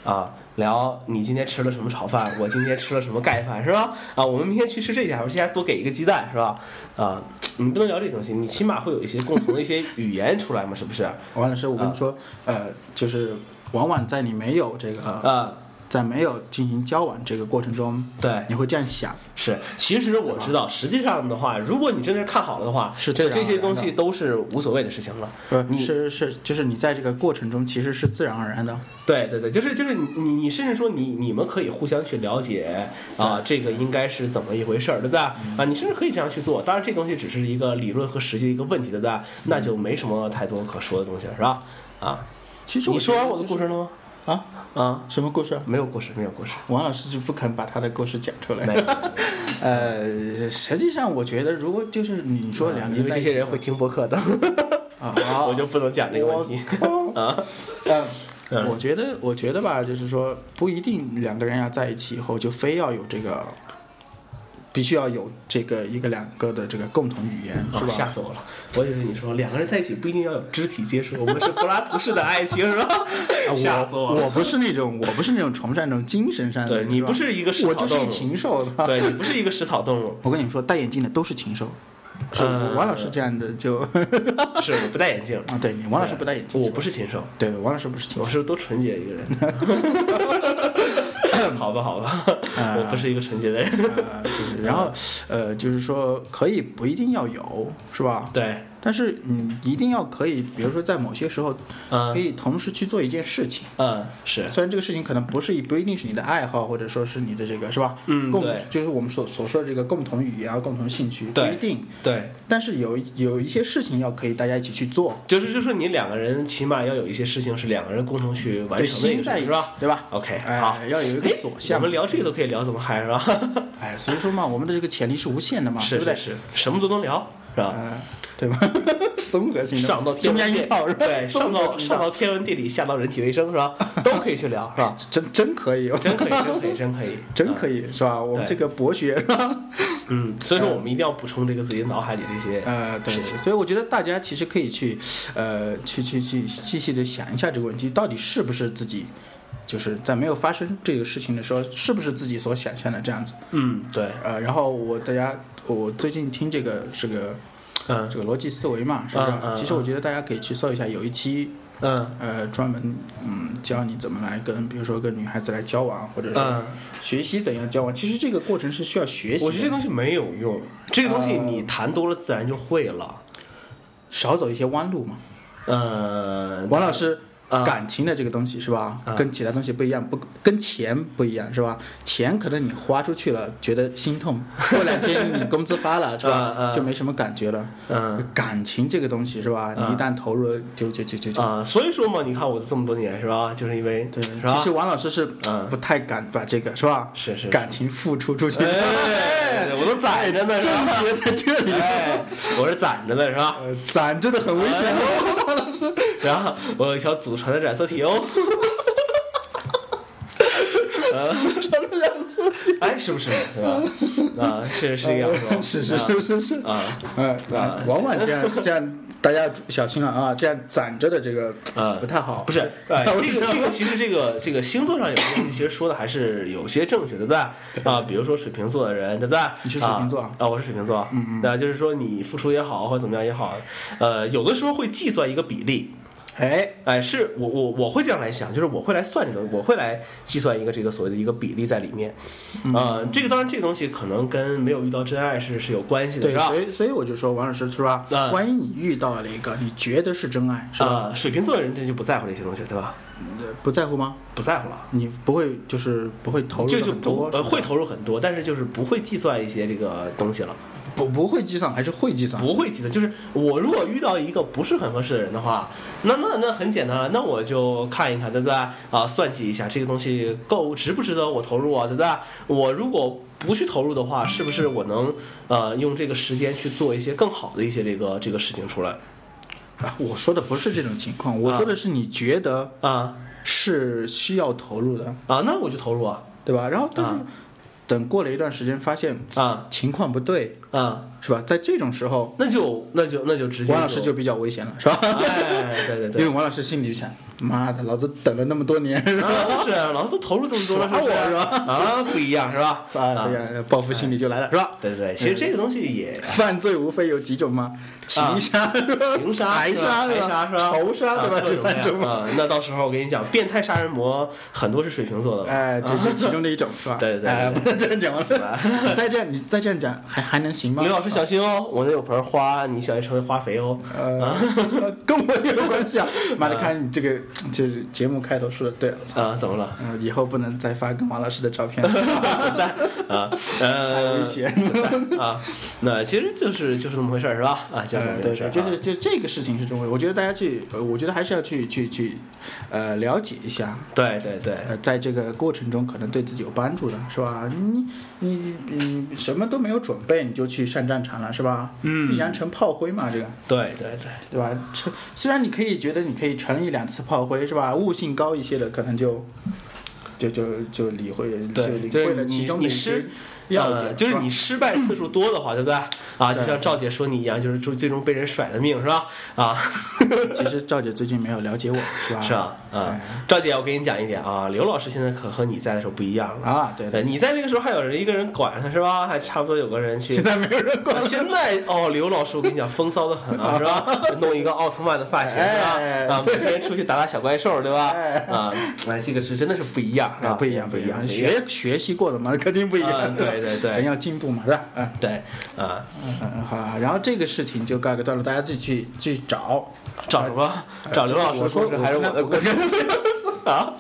啊？聊你今天吃了什么炒饭，我今天吃了什么盖饭，是吧？啊，我们明天去吃这家，我这家多给一个鸡蛋，是吧？啊，你不能聊这东西，你起码会有一些共同的一些语言出来嘛，是不是？
王老师，我跟
嗯
你说，呃，就是往往在你没有这个，
啊，
在没有进行交往这个过程中，
对，
你会这样想，
是，其实我知道，实际上的话，如果你真的是看好了的话，
是
这
自然
这
而
些
然
东
的
西都是无所谓的事情了。
不是
呃你
嗯是是，就是你在这个过程中其实是自然而然的，
对对对，就是就是你你你甚至说你你们可以互相去了解啊，这个应该是怎么一回事儿，对不对？
嗯
啊，你甚至可以这样去做。当然，这东西只是一个理论和实际的一个问题，对不对？
嗯
那就没什么太多可说的东西了，是吧？啊，
其实
你说完我的
的
故事了吗？
啊，
啊，
什么故事啊？
没有故事，没有故事，
王老师就不肯把他的故事讲出
没
来。
有。
*laughs* 呃，实际上我觉得，如果就是你说两个
因
人
为
在
这
一
些
起
人会听播客的，
*laughs* 啊，
我就不能讲这个问题啊。
嗯，我觉得，我觉得吧，就是说，不一定两个人要在一起以后就非要有这个，必须要有这个一个两个的这个共同语言，
是吧？
是
哦吓
吧？
死我了！我以为你说两个人在一起不一定要有肢体接触，我们是柏拉图式的爱情，是吧？ *laughs* 吓死我了！
啊我不是那种，我不是那种崇尚那种精神上的，
对你
吧
不是一个食
我
草
就是
动
一
物，
禽兽的。
对你不是一个食草动
*laughs*
物，
我跟你说，戴眼镜的都是禽兽，是
呃
王老师这样的就 *laughs*
是我不戴眼镜。
啊，对你王老师不戴眼镜，
我不是禽兽，
对王老师不是禽
我
兽，
是多纯洁一个
*laughs*
人。好吧，好吧，
啊
我不是一个纯洁的人。嗯
呃就是然后呃，就是说可以不一定要有，是吧？
对，
但是你一定要可以，比如说在某些时候，可
嗯
以同时去做一件事情。
嗯，是
虽然这个事情可能不是一不一定是你的爱好，或者说是你的这个是吧？
嗯
共
对
就是我们所所说的这个共同语言啊，共同兴趣不
对
一定，
对，
但是有一有一些事情要可以大家一起去做，
就是就是你两个人起码要有一些事情是两个人共同去完
对，
成的一
心
个事
在
情，
一
是
起
吧，
对吧？
？OK，好
哎，，要有一个所
我
向
们，聊这个都可以聊这么嗨，是吧？
哎，所以说嘛，我们的这个潜力是无限的嘛，
是
啊对不对
是？是，什么都能聊，是吧？
呃，对吧？ *laughs* 综合性的
上到天
中
文
间一
地
套是吧？
对，上
综合
到
性
上到天文地理，下到人体卫生是吧？
*laughs*
都可以去聊是吧？
哎真真可以，
真可以，真可以，真可以，
*laughs* 真可以是吧？我们
对
这个博学是吧？
嗯，所以说我们一定要补充这个自己脑海里这些嗯
呃，对，
事情。
所以我觉得大家其实可以去，呃，去去去细细的想一下这个问题，到底是不是自己，就是在没有发生这个事情的时候，是不是自己所想象的这样子？
嗯，对，
呃，然后我大家，我最近听这个这个
嗯
这个逻辑思维嘛，是不是？
嗯嗯
其实我觉得大家可以去搜一下，有一期
嗯
呃，专门嗯教你怎么来跟，比如说跟女孩子来交往，或者说
嗯，
学习怎样交往。其实这个过程是需要学习
我觉得这
的，
东西没有用，这个
呃
东西你谈多了自然就会了。
少走一些弯路嘛。
呃，
王老师，
啊
感情的这个东西是吧
啊？
跟其他东西不一样，不跟钱不一样是吧？钱可能你花出去了，觉得心痛， *laughs* 过两天你工资发了是
啊啊
吧？就没什么感觉了。
嗯
感情这个东西是吧？你一旦投入了，就就就就就。
啊，所以说嘛，你看我这么多年是吧，就是因为
对，
是吧
其实？王老师是
嗯
不太敢把这个是吧？
是是
感情付出出去。
哎，我都攒着呢，是吧？
正学在这里，
哎，我是攒着呢，是吧？
呃 *laughs* 攒真的很危险哦。
然后我有一条祖传的染色体哦。祖传的染色体，呃哎，是不是？对吧？啊，是是这个样子哦，
*laughs* 是是是是是，
啊
嗯
啊，
往往这样这样，大家小心了啊！这样攒着的这个
啊
不太好。 *laughs*
不是，哎，
我
这
知
个
道
这个其实这个这个星座上有些东西，其实说的还是有些正确，对不对？啊，比如说水瓶座的人，对不对？
你是水瓶座
啊？啊，我是水瓶座，嗯嗯，对啊，就是说你付出也好，或者怎么样也好，呃，有的时候会计算一个比例，
哎，
哎，是我我我会这样来想，就是我会来算这个，我会来计算一个这个所谓的一个比例在里面。呃，这个当然这个东西可能跟没有遇到真爱是是有关系的，
对，
是吧
所？以所以我就说，王老师是吧
嗯？
万一你遇到了一个你觉得是真爱，是吧？
啊、水瓶座的人这就不在乎这些东西，对吧？
呃不在乎吗？
不在乎了，
你不会就是不会投入
就
得
就
很
不
多，
呃
是吧
会投入很多，但是就是不会计算一些这个东西了，
不不会计算还是会计算？
不会计算。就是我如果遇到一个不是很合适的人的话，那那那很简单了，那我就看一看，对不对？啊，算计一下这个东西够值不值得我投入啊，对不对？我如果不去投入的话，是不是我能呃用这个时间去做一些更好的一些这个这个事情出来
啊，我说的不是这种情况，我
啊
说的是你觉得
啊
是需要投入的，
啊？那我就投入啊
对吧？然后但是
啊
等过了一段时间，发现
啊
情况不对，
啊，
是吧？在这种时候，
那就那就那就直接
王老师就比较危险了，是吧？
哎，对对
因为
对。
王老师心里就想，妈的，老子等了那么多年，是吧？ *laughs*
啊，是啊，老子都投入这么多了，是不是？
耍我是吧
啊，不一样是吧？
哎
啊，哎
呀，报复心理就来了，是吧？
对对对，其实这个东西也
犯罪无非有几种嘛，
啊
情杀、是吧
情杀、
财杀、
财杀
是
是
吧
吧？
仇杀，对吧？
啊
这三种嘛，
啊，那到时候我跟你讲，变态杀人魔很多是水瓶座的了。
哎，这这其中的一种是吧？
对对对
哎，
对
不能这样讲完了，你 *laughs* 再这样，你再这样讲，还还能行吗？
刘老师小心哦，我那有盆花，你小心成为花肥哦。
呃，跟我有关系啊！ *laughs* 妈的，看你这个就是节目开头说的对了，操！
啊，怎么了？
嗯，以后不能再发跟王老师的照片
*laughs*
了，
滚蛋啊！
太
呃
危，险。
啊，那其实就是就是这么回事儿是吧？啊，就是这么
呃，
回
对
事儿
对，
啊。
就是就这个事情是中国，我觉得大家去，呃我觉得还是要去去去，呃，了解一下，
对对对，
呃，在这个过程中可能对自己有帮助的，是吧？你你你你什么都没有准备，你就去上战场了，是吧？嗯，必然成炮灰嘛，这个。
对对对。
对吧？成虽然你可以觉得你可以成一两次炮灰是吧？悟性高一些的可能就就就就理会就
对，
领
就
会
是
了
你
其中的
你
一些
失，
要
呃，
点，
就是
吧
你 *laughs* 失败次数多的话，对不对？啊，就
对
像赵姐说你一样，就是最最终被人甩的命是吧？啊， *laughs*
其实赵姐最近没有了解我是吧？
是吧？啊
哎，
赵姐，我跟你讲一点啊，刘老师现在可和你在的时候不一样了。
啊，对
对，
对，
你在那个时候还有人一个人管他是吧？还差不多有个人去。
现在没有人 *laughs* 管
啊。现在哦，刘老师，我跟你讲，风骚的很啊，是吧？弄一个奥特曼的发型
哎
是吧？啊，每天出去打打小怪兽，对吧
哎？
啊，哎，这个是真的是不一样
啊，
啊，
不一样，不
不
一
一样，
样，
不一样
学学习过的嘛， *laughs* 肯定不一
啊
样。
对对对
人要进步嘛，是吧？嗯
对啊，
嗯嗯，好啊。然后这个事情就告一个段落，大家自己去去找。
找什么？
哎
找刘老师的故事还是我的故事
*laughs*
啊？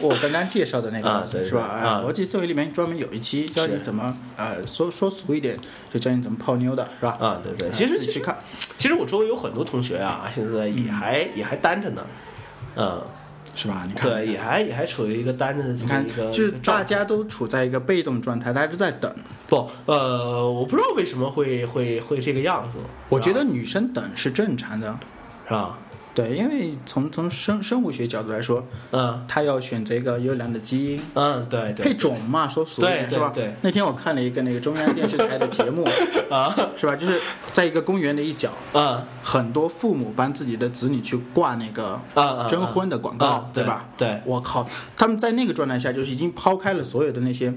我刚刚介绍的那个
啊
东西
对
是吧？
对
啊
啊，
逻辑思维里面专门有一期教你
是
怎么呃，说说俗一点，就教你怎么泡妞的，是吧？
啊，对对，其实
哎自己去看。嗯
其实我周围有很多同学啊，现在也还也还单着呢，嗯，
是吧？你看，
对，也还也还处于一个单着的这
你
么
看
一个，
就是
一个状
大
态啊
家都处在一个被动状态，大家都在等。
不呃，我不知道为什么会会会这个样子，
我觉
得
得女生等是正常的，
是吧？
对，因为从从生生物学角度来说，
嗯
她要选择一个优良的基因。
嗯，对
配
对
种嘛，说俗一点
对
是吧？
对对
那天我看了一个那个中央电视台的节目，
*laughs* 啊，
是吧？就是在一个公园的一角，
嗯
很多父母帮自己的子女去挂那个
嗯嗯，
征婚的广告，
嗯对
吧？
对
我靠，他们在那个状态下就是已经抛开了所有的那些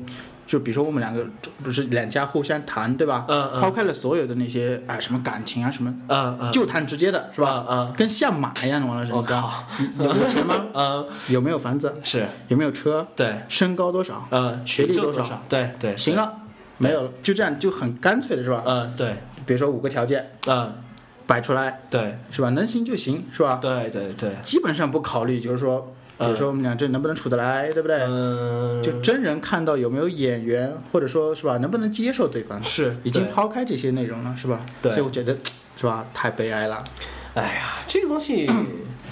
就比如说我们两个就是两家互相谈，对吧？
嗯嗯
抛开了所有的那些啊、什么感情啊什么，
嗯嗯，
就谈直接的，
是吧？嗯
跟下马一样的王老师，
我
你知道
靠？
你有没有钱吗
嗯，
有没有房子？
是
有没有车？
对，
身高多少？
嗯，
学历
多
多少？？
对对，
行啊了，没有了，就这样就很干脆的是吧？
嗯，对，
比如说五个条件
嗯，
摆出来
对，
是吧？能行就行是吧？
对对对，呃
基本上不考虑，就是说，比如说我们俩这能不能处得来，对不对？
嗯，
就真人看到有没有眼缘，或者说是吧，能不能接受对方，
是
已经，抛开这些内容了，是吧？
对
所以我觉得是吧，太悲哀了。
对哎呀，这个东西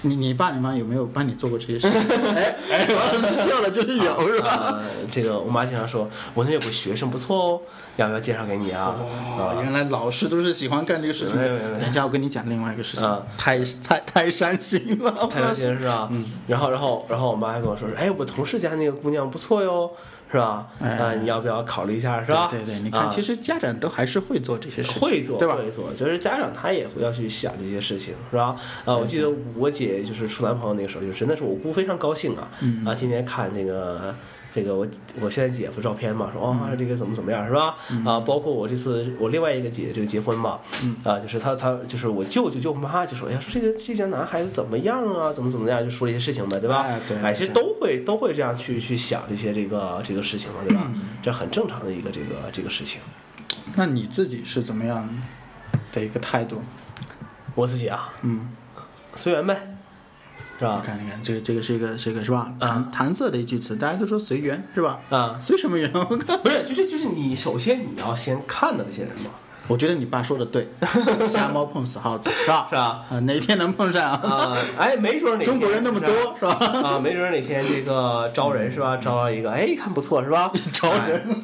你你爸你妈有没有帮你做过这
*laughs*
些事？ *laughs* 哎哎，我是笑了，就是有是吧？
啊，这个我妈经常说，我那有个学生不错哦，要不要介绍给你啊？
哦，原来老师都是喜欢干这个事情
没有没有没
的。
有
等一下，我跟你讲另外一个事
啊
情，太太太伤心了。
*laughs* 太伤心了是吧？嗯。然后，然后，然后我妈还跟我说说，哎，我同事家那个姑娘不错哟，是吧？
哎
啊，你要不要考虑一下，是吧？
对对，对你看，
啊
其实家长都还是会做这些事情，
呃会做，
对吧？
会做，就是家长他也会要去想这些事情，是吧？啊，我记得我姐就是处男朋友那个时候，就真的是我姑非常高兴啊，
嗯
啊，天天看这个。这个我我现在姐夫照片嘛，说
嗯
哦这个怎么怎么样是吧？啊，包括我这次我另外一个姐这个结婚嘛，
嗯
啊，就是她她就是我舅舅舅妈就说，哎呀，说这个这家男孩子怎么样啊，怎么怎么样，就说这些事情呗，对吧
哎？对
哎，其实
对
都会都会这样去去想这些这个这个事情嘛，对
嗯
吧？这很正常的一个这个这个事情。
那你自己是怎么样的一个态度？
我自己啊，
嗯，
随缘呗，是
你
吧？
看，你看，这个这个是一个是一个是吧？
啊
搪搪塞的一句词，大家都说随缘是吧？
啊，
随什么缘？ *laughs* 我靠！
不是，就是就是你首先你要先看到那些什么，
我觉得你爸说
*laughs*
的对，瞎猫碰死耗子是吧？
是吧？
啊，哪天能碰上啊？
啊， *laughs* 哎，没准儿哪天
中国人那么多
是吧
是吧？嗯
啊，没准儿哪天这个招人是吧？招到一个，哎，一看不错是吧？
*laughs* 招人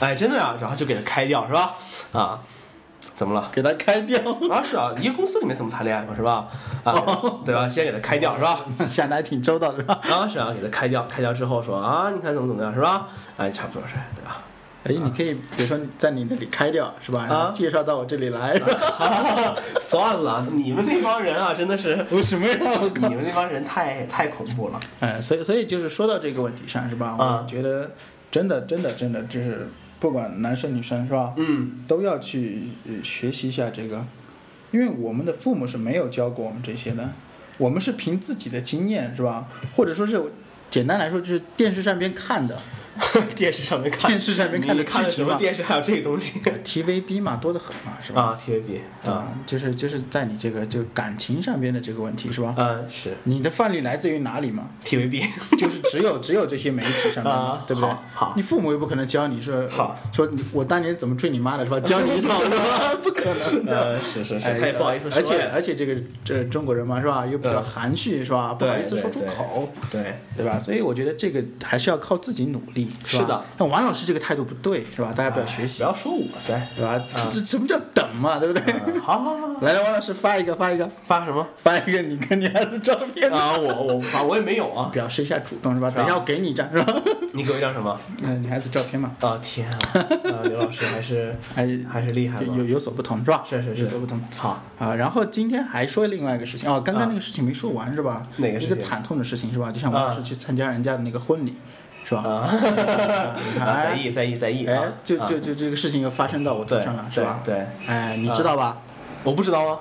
哎，哎，真的啊，然后就给他开掉是吧？啊，怎么了？
给他开掉，
啊，是啊，一个公司里面怎么谈恋爱嘛是吧？
哦
啊，对吧？先给他开掉是吧？
*laughs* 想的还挺周到的是吧？
啊，是啊，给他开掉，开掉之后说啊，你看怎么怎么样是吧？哎，差不多是，对吧？
哎，你可以比如说你在你那里开掉是吧？然后介绍到我这里来，是 *laughs* 吧
啊 *laughs* 算了，你们那帮人啊，真的是。
我什么呀？我
*laughs*
靠！
你们那帮人太太恐怖了。
哎，所以所以就是说到这个问题上是吧？
啊
我觉得真的真的真的就是不管男生女生是吧？
嗯，
都要去呃学习一下这个，因为我们的父母是没有教过我们这些的，我们是凭自己的经验是吧？或者说是简单来说就是电视上边看的
*laughs* 电视上面看，
电视上面看
你
的
看
剧
什
情
么
嘛
电视还有这个东西
，TVB 嘛多得很嘛是吧？
啊？TVB
对
啊，
吧？就是就是在你这个就感情上边的这个问题是吧？
嗯是
你的范例来自于哪里嘛？
TVB
就是只有 *laughs* 只有这些媒体上面嘛，
啊
对不对
好？好
你父母又不可能教你说
好
说你我当年怎么追你妈的是
*laughs*
吧？教你一套是吧？不可能的。
呃是是
哎
是，他也不好意思说
而且
呀
而且这个这中国人嘛是吧，又比较
嗯
含蓄是吧，不
对
好意思说出
对对
口，
对
哎对吧？所以我觉得这个还是要靠自己努力，吧
是的。
那王老师这个态度不对是吧？大家不要学习
不，要说我噻。
对吧？这什么叫等嘛，对不对？
哎嗯好好好，
来来，王老师发一个发一个
发什么
发一个你跟女孩子照片，
啊？我我发我也没有啊。
表示一下主动是吧？等一下我给你一张是 *laughs* 吧？
你给我一张什么？
嗯，女孩子照片嘛。
啊天啊！啊刘老师还
*laughs*
是
还
还是厉害
哎有
吗？
有有所不同是吧？
是是是
有所不同。
好
啊，然后今天还说另外一个事情哦，刚刚那个事情没说完是吧？
哪个事
一
情
个惨痛的事情是吧？就像我
啊
当时去参加人家的那个婚礼，是 *laughs* 吧？
啊，
你
*laughs*
看，
在
哎，
意在意在意
哎
啊！，
就
啊
就就这个事情又发生到我头上了，
对
是吧？
对对。
哎，你知道吧？
我不知道啊，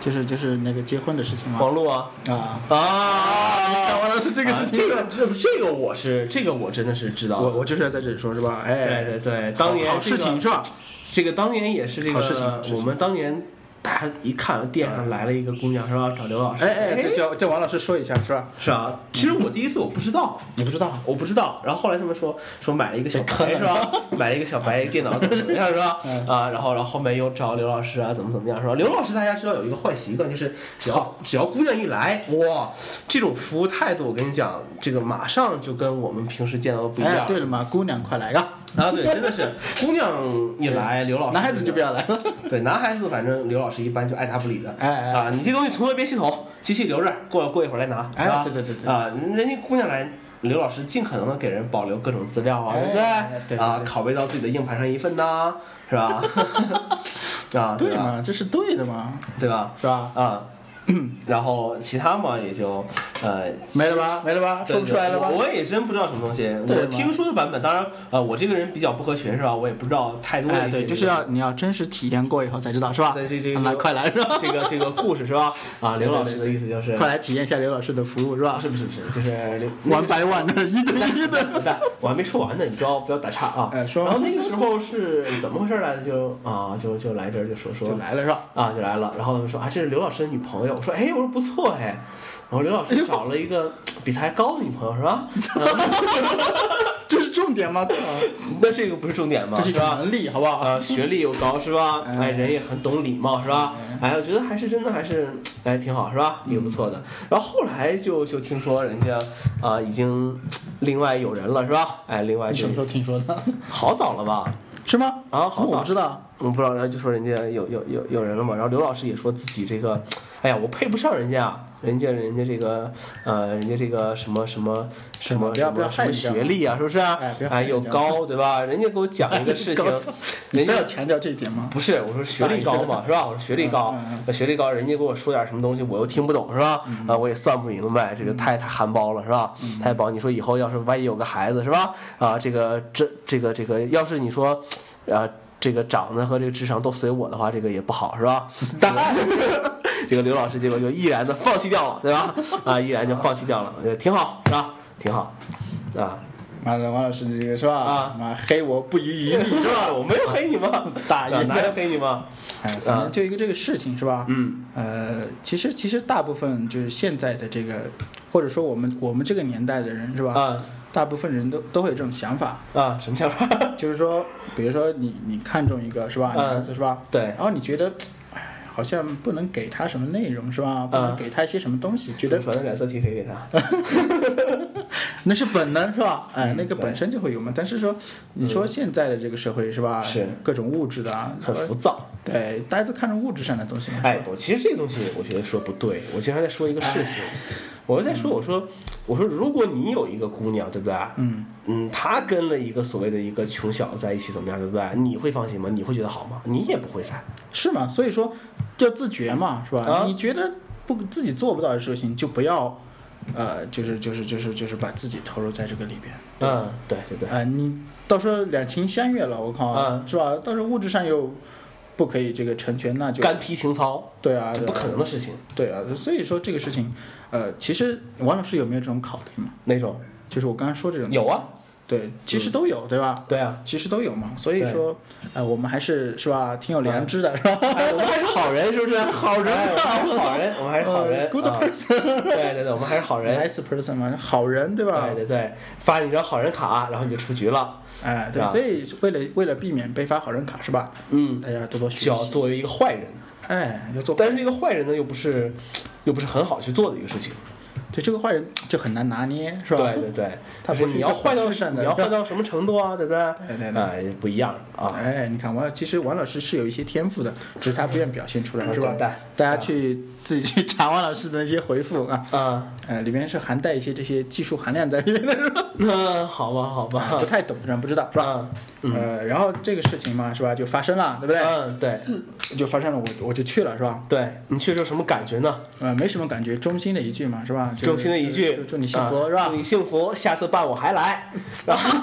就是就是那个结婚的事情嘛。
王璐啊
啊，
啊！
王老师这个事情
这个这这个我是这个我真的是知道的
我。我就是要在这里说是吧？哎，
对对对，当年
好事
这个
情是吧？
这个当年也是这个
好事情好事情
我们当年大家一看电视上来了一个姑娘是吧？找刘老师，
哎哎，对叫叫王老师说一下是吧？
是啊。其实我第一次我不知道，
你不知道，
我不知道。然后后来他们说说买了一个小
*laughs*
白是吧？买了一个小白电脑怎么怎么样是吧？
嗯
啊，然后然后后面又找刘老师啊，怎么怎么样是吧？刘老师大家知道有一个坏习惯，就是只要只要姑娘一来，哇，这种服务态度，我跟你讲，这个马上就跟我们平时见到的不一
哎，
样。
对了嘛，姑娘快来啊！
啊，对，真的是姑娘一
*laughs*
来，刘老师
男孩子就不要来了。 *laughs*
对，男孩子反正刘老师一般就爱答不理的。
哎哎
啊，你这东西从未变系统，机器留着，过过一会儿来拿。
哎
是吧
对对对对
啊，人家姑娘来。刘老师尽可能的给人保留各种资料啊，
哎
对不对？
哎对对
啊，
对
拷贝到自己的硬盘上一份呐、是吧？啊， *laughs* 啊
对
吧？
啊嘛，这是对的嘛，
对吧？
是吧？
啊，然后其他嘛也就呃
没了吧，没了吧，说不出来了吧？
我也真不知道什么东西。
对
我听说的版本，当然呃，我这个人比较不合群是吧？我也不知道太多的
哎，
一些这个。
对，就是要你要真实体验过以后才知道，是吧？
对这这
来，
这
快来是
*laughs*
吧？
这个这个故事是吧？啊，刘老师的意思就是，
快来体验一下刘老师的服务是
啊
吧
不是不是不是，就是刘 *laughs* 那个
？One by one 的一对一的。
笨蛋，我还没说完呢，你不要不要打岔啊。
哎说
然后那个时候是怎么回事来着？就啊，就就来这儿就说说
*laughs* 就来了是吧？
啊，就来了。然后他们说啊，这是刘老师的女朋友。我说哎，我说不错哎。然后刘老师找了一个比他还高的女朋友是吧？
*laughs* 这是重 *laughs* 点吗？
*laughs* 那这个不是重点吗？
这是一
是
种
吧？
能力，好不嗯好？
呃，学历又高是吧？
哎
哎，人也很懂礼貌是吧？
嗯
哎，我觉得还是真的还是哎挺好是吧？也不错的。然后后来就就听说人家啊、已经另外有人了是吧？哎，另外
你
就
什么时候听说的？ *laughs*
好早了吧？
是吗？
啊
怎么我不知道？
我不知道，然后就说人家有有有有人了嘛，然后刘老师也说自己这个，哎呀，我配不上人家啊，人家人家这个呃，人家这个什么什么什么
不要
什
不要
么什
害
么
人家
学历啊，是不是啊？
哎不要害
哎，
人
又
家
高对吧？人家给我讲一个事情
*laughs* 高中，你
人
非
家
要强调这一点吗？
不是，我说学历高
*laughs*
嘛，是吧？我说学历高
嗯嗯，
那学历高，人家给我说点什么东西，我又听不懂，是吧？啊，我也算不明白，这个太太含苞了，是吧？
嗯
太薄，你说以后要是万一有个孩子，是吧？啊，这个这这个这个，要是你说，啊，这个长得和这个智商都随我的话，这个也不好，是
*laughs*
吧？当然，这个刘老师结果就毅然的放弃掉了，对吧？啊，毅然就放弃掉了，呃挺好，是吧？挺好，啊
妈的，王老师，你这个是吧？
啊，
妈黑我不遗余力是
*laughs*
吧？
我没有黑你吗？
大爷
啊哪有黑你吗？
哎，反正就一个这个事情是吧？
嗯，
呃，其实其实大部分就是现在的这个，或者说我们我们这个年代的人是吧？
啊
大部分人都都会有这种想法，
啊，什么想法？
就是说，比如说你你看中一个是吧，女
嗯
孩子是吧？
对
然后你觉得，哎，好像不能给她什么内容是吧？不
嗯
能给她一些什么东西，觉
怎
得
么传的染色体可以给 *laughs* 他？
那是本能是吧？哎，那个
嗯对嗯
本身就会有嘛。但是说，你说现在的这个社会是吧？
是
各种物质的啊，
很浮躁。
对，大家都看重物质上的东西嘛。
哎，我其实这东西我觉得说不对，我经常在说一个事情，我是在说，我说，我说，如果你有一个姑娘，对不对？
嗯
嗯，她跟了一个所谓的一个穷小子在一起，怎么样，对不对？你会放心吗？你会觉得好吗？你也不会噻。
是吗？所以说要自觉嘛，是吧？
啊
你觉得不自己做不到的事情，就不要，呃，就是就是就是就是把自己投入在这个里边。
嗯，对对对，
啊、你到时候两情相悦了，我靠，
嗯
是吧？到时候物质上又不可以这个成全，那就
干皮情操，
对啊，
这
对
不
啊
可能的事情。
对啊。所以说这个事情，呃，其实王老师有没有这种考虑嘛？
哪种？
就是我刚刚说这种，
有啊，
对，其实都有，对吧？
对啊。
其实都有嘛，所以说，呃，我们还是是吧，挺有良知的，是吧？
哎我们还是好人，是不是？好
人啊
哎我们还是好人，我们还是好人。
呃 good
啊
person，nice
对对对，我们还是好人。
person 嘛，好人，对吧？
对对对，发你一张好人卡，然后你就出局了。
哎，
是
对，
吧
所以为了为了避免被发好人卡，是吧？
嗯，
大家多多
就
学
要
习，
作为一个坏人。
哎，要做
但是这个坏人呢，又不是，又不是很好去做的一个事情，
对这个坏人就很难拿捏，是吧？
对对对，
他
就是
不是
你
一
要
个
坏到
本质上的
你要坏到什么程度啊，对不对？
对对对
哎，不一样啊。
哎，你看王，其实王老师是有一些天赋的，只是他不愿表现出来，
嗯
是吧
滚蛋？
大家去自己去查王老师的那些回复啊，
啊，
呃，里面是含带一些这些技术含量在里面的，是吧？
那好吧，好吧
不，太懂，人不知道，是吧？
啊，嗯
呃，然后这个事情嘛，是吧？就发生了，对不对？
嗯，对
就发生了，我我就去了，是吧？
对，你去的时候什么感觉呢？
呃，没什么感觉，衷心的一句嘛，是吧？就是
衷心的一
就
句，
祝你幸福，
啊
是吧
祝？你幸福，下次办我还
*laughs*
来。然后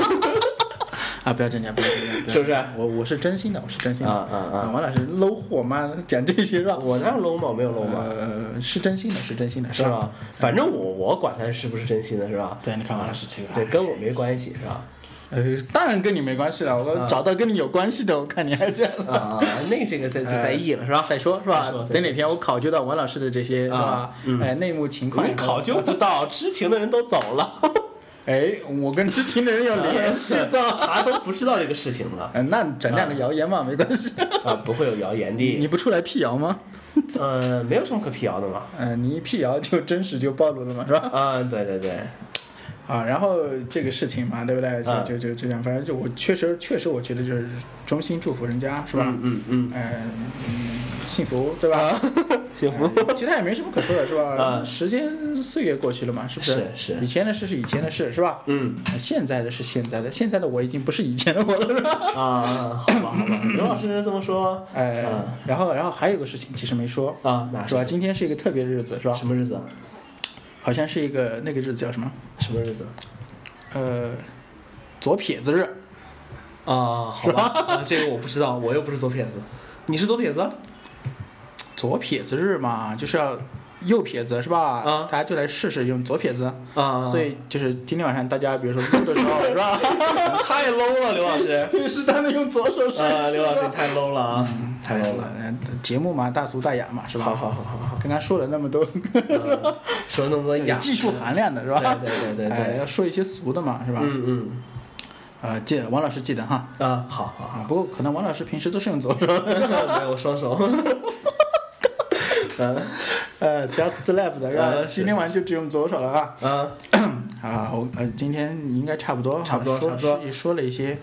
啊，不要这样，不要这样，
是不是
我我是真心的，我是真心的。
啊啊啊
呃王老师 low 货嘛，讲这些是吧？
我哪有 low 吗？我没有 low 吗？
呃，是真心的，是真心的，
啊是
吧？
吧？反正我我管他是不是真心的，是吧？啊
对，你看王老师这个，
对，跟我没关系，是 *laughs* 吧？
呃，当然跟你没关系了。我找到跟你有关系的，我看你还这样。哎
啊，那这个 *laughs* 在就在意了，是吧？
再说是
再
吧
说？
等哪天我考究到王老师的这些是
啊
吧？哎，内幕情况以
你
后，
考究不到，知情的人都走了，
哎，我跟知情的人有
*laughs*
联系的。
哎他都不知道这个事情了
嗯，那整两个谣言嘛，没关系。
*laughs* 啊，不会有谣言
你
的。
不出来辟谣吗？
呃，没有什么可辟谣的嘛。
嗯，你一辟谣就真实就暴露了嘛，
*laughs*
是吧？
啊，对对对，
啊，然后这个事情嘛，对不对？就
嗯
就就这样，反正就我确实确实，我觉得就是衷心祝福人家，是吧？呃
嗯嗯嗯，啊
嗯，嗯幸福，对吧？
幸福。
哎 *laughs* 其他也没什么可说的，是吧？
嗯
时间岁月过去了嘛，是不是？
是是
以前的事是以前的事，是吧？
嗯
现在的是现在的，现在的我已经不是以前的我了，是吧？
*laughs* 啊，好吧好 *laughs* 吧，刘老师这么说吗？
哎，然后然后还有个事情其实没说，
啊，哪
是吧？今天是一个特别的日子，是吧
什？么日子啊？
好像是一个那个日子叫什么？
什么日子？
呃，左撇子日。
啊，好吧，啊这个我不知道，我又不是左撇子，你是左撇子？
左撇子日嘛，就是要右撇子是吧？
啊
大家就来试试用左撇子。
啊，
所以就是今天晚上大家比如说录的时候是吧？
*laughs* 太 low 了，刘老师。
适当的用左手试
啊，刘老师太 low 了啊，太
嗯太
low 了。
了，嗯节目嘛，大俗大雅嘛，是吧？
好好好好好，
跟他说了那么
*laughs*
多
嗯说那么多
有
雅，
技术含量的是吧？
对对对对对
哎，要说一些俗的嘛，是吧？
嗯
呃，记得王老师记得哈。
嗯，啊，好好好，
啊，不过可能王老师平时都是用左手。
*laughs* 没有我双手。 *laughs* 嗯
呃，just left 的，是吧
呃是
今天晚上就只用左手了啊。
啊，
啊，我呃，今天应该差不多哈，
差不多
说
差不多
也说了一些，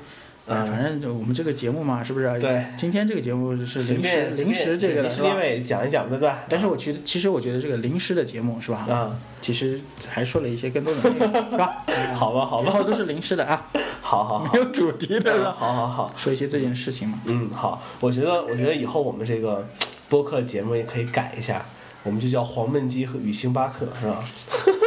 呃，
嗯
反正就我们这个节目嘛，是不是啊？
对
今天这个节目是
随
临时
便随便
临时这个
对
的
临
是
时
吧
定？位讲一讲，对吧？
但是我觉得，其实我觉得这个临时的节目是吧？
啊，
其实还说了一些更多的内
*laughs*
容，是吧？
好吧好
以
吧，
后都是临时的啊，
好好
*laughs*
嗯好
没，有主题的是吧？
好好好。
说一些这件事情嘛。
嗯，好，我觉得，我觉得以后我们这个播客节目也可以改一下，我们就叫黄焖鸡和与星巴克，是吧？ *laughs*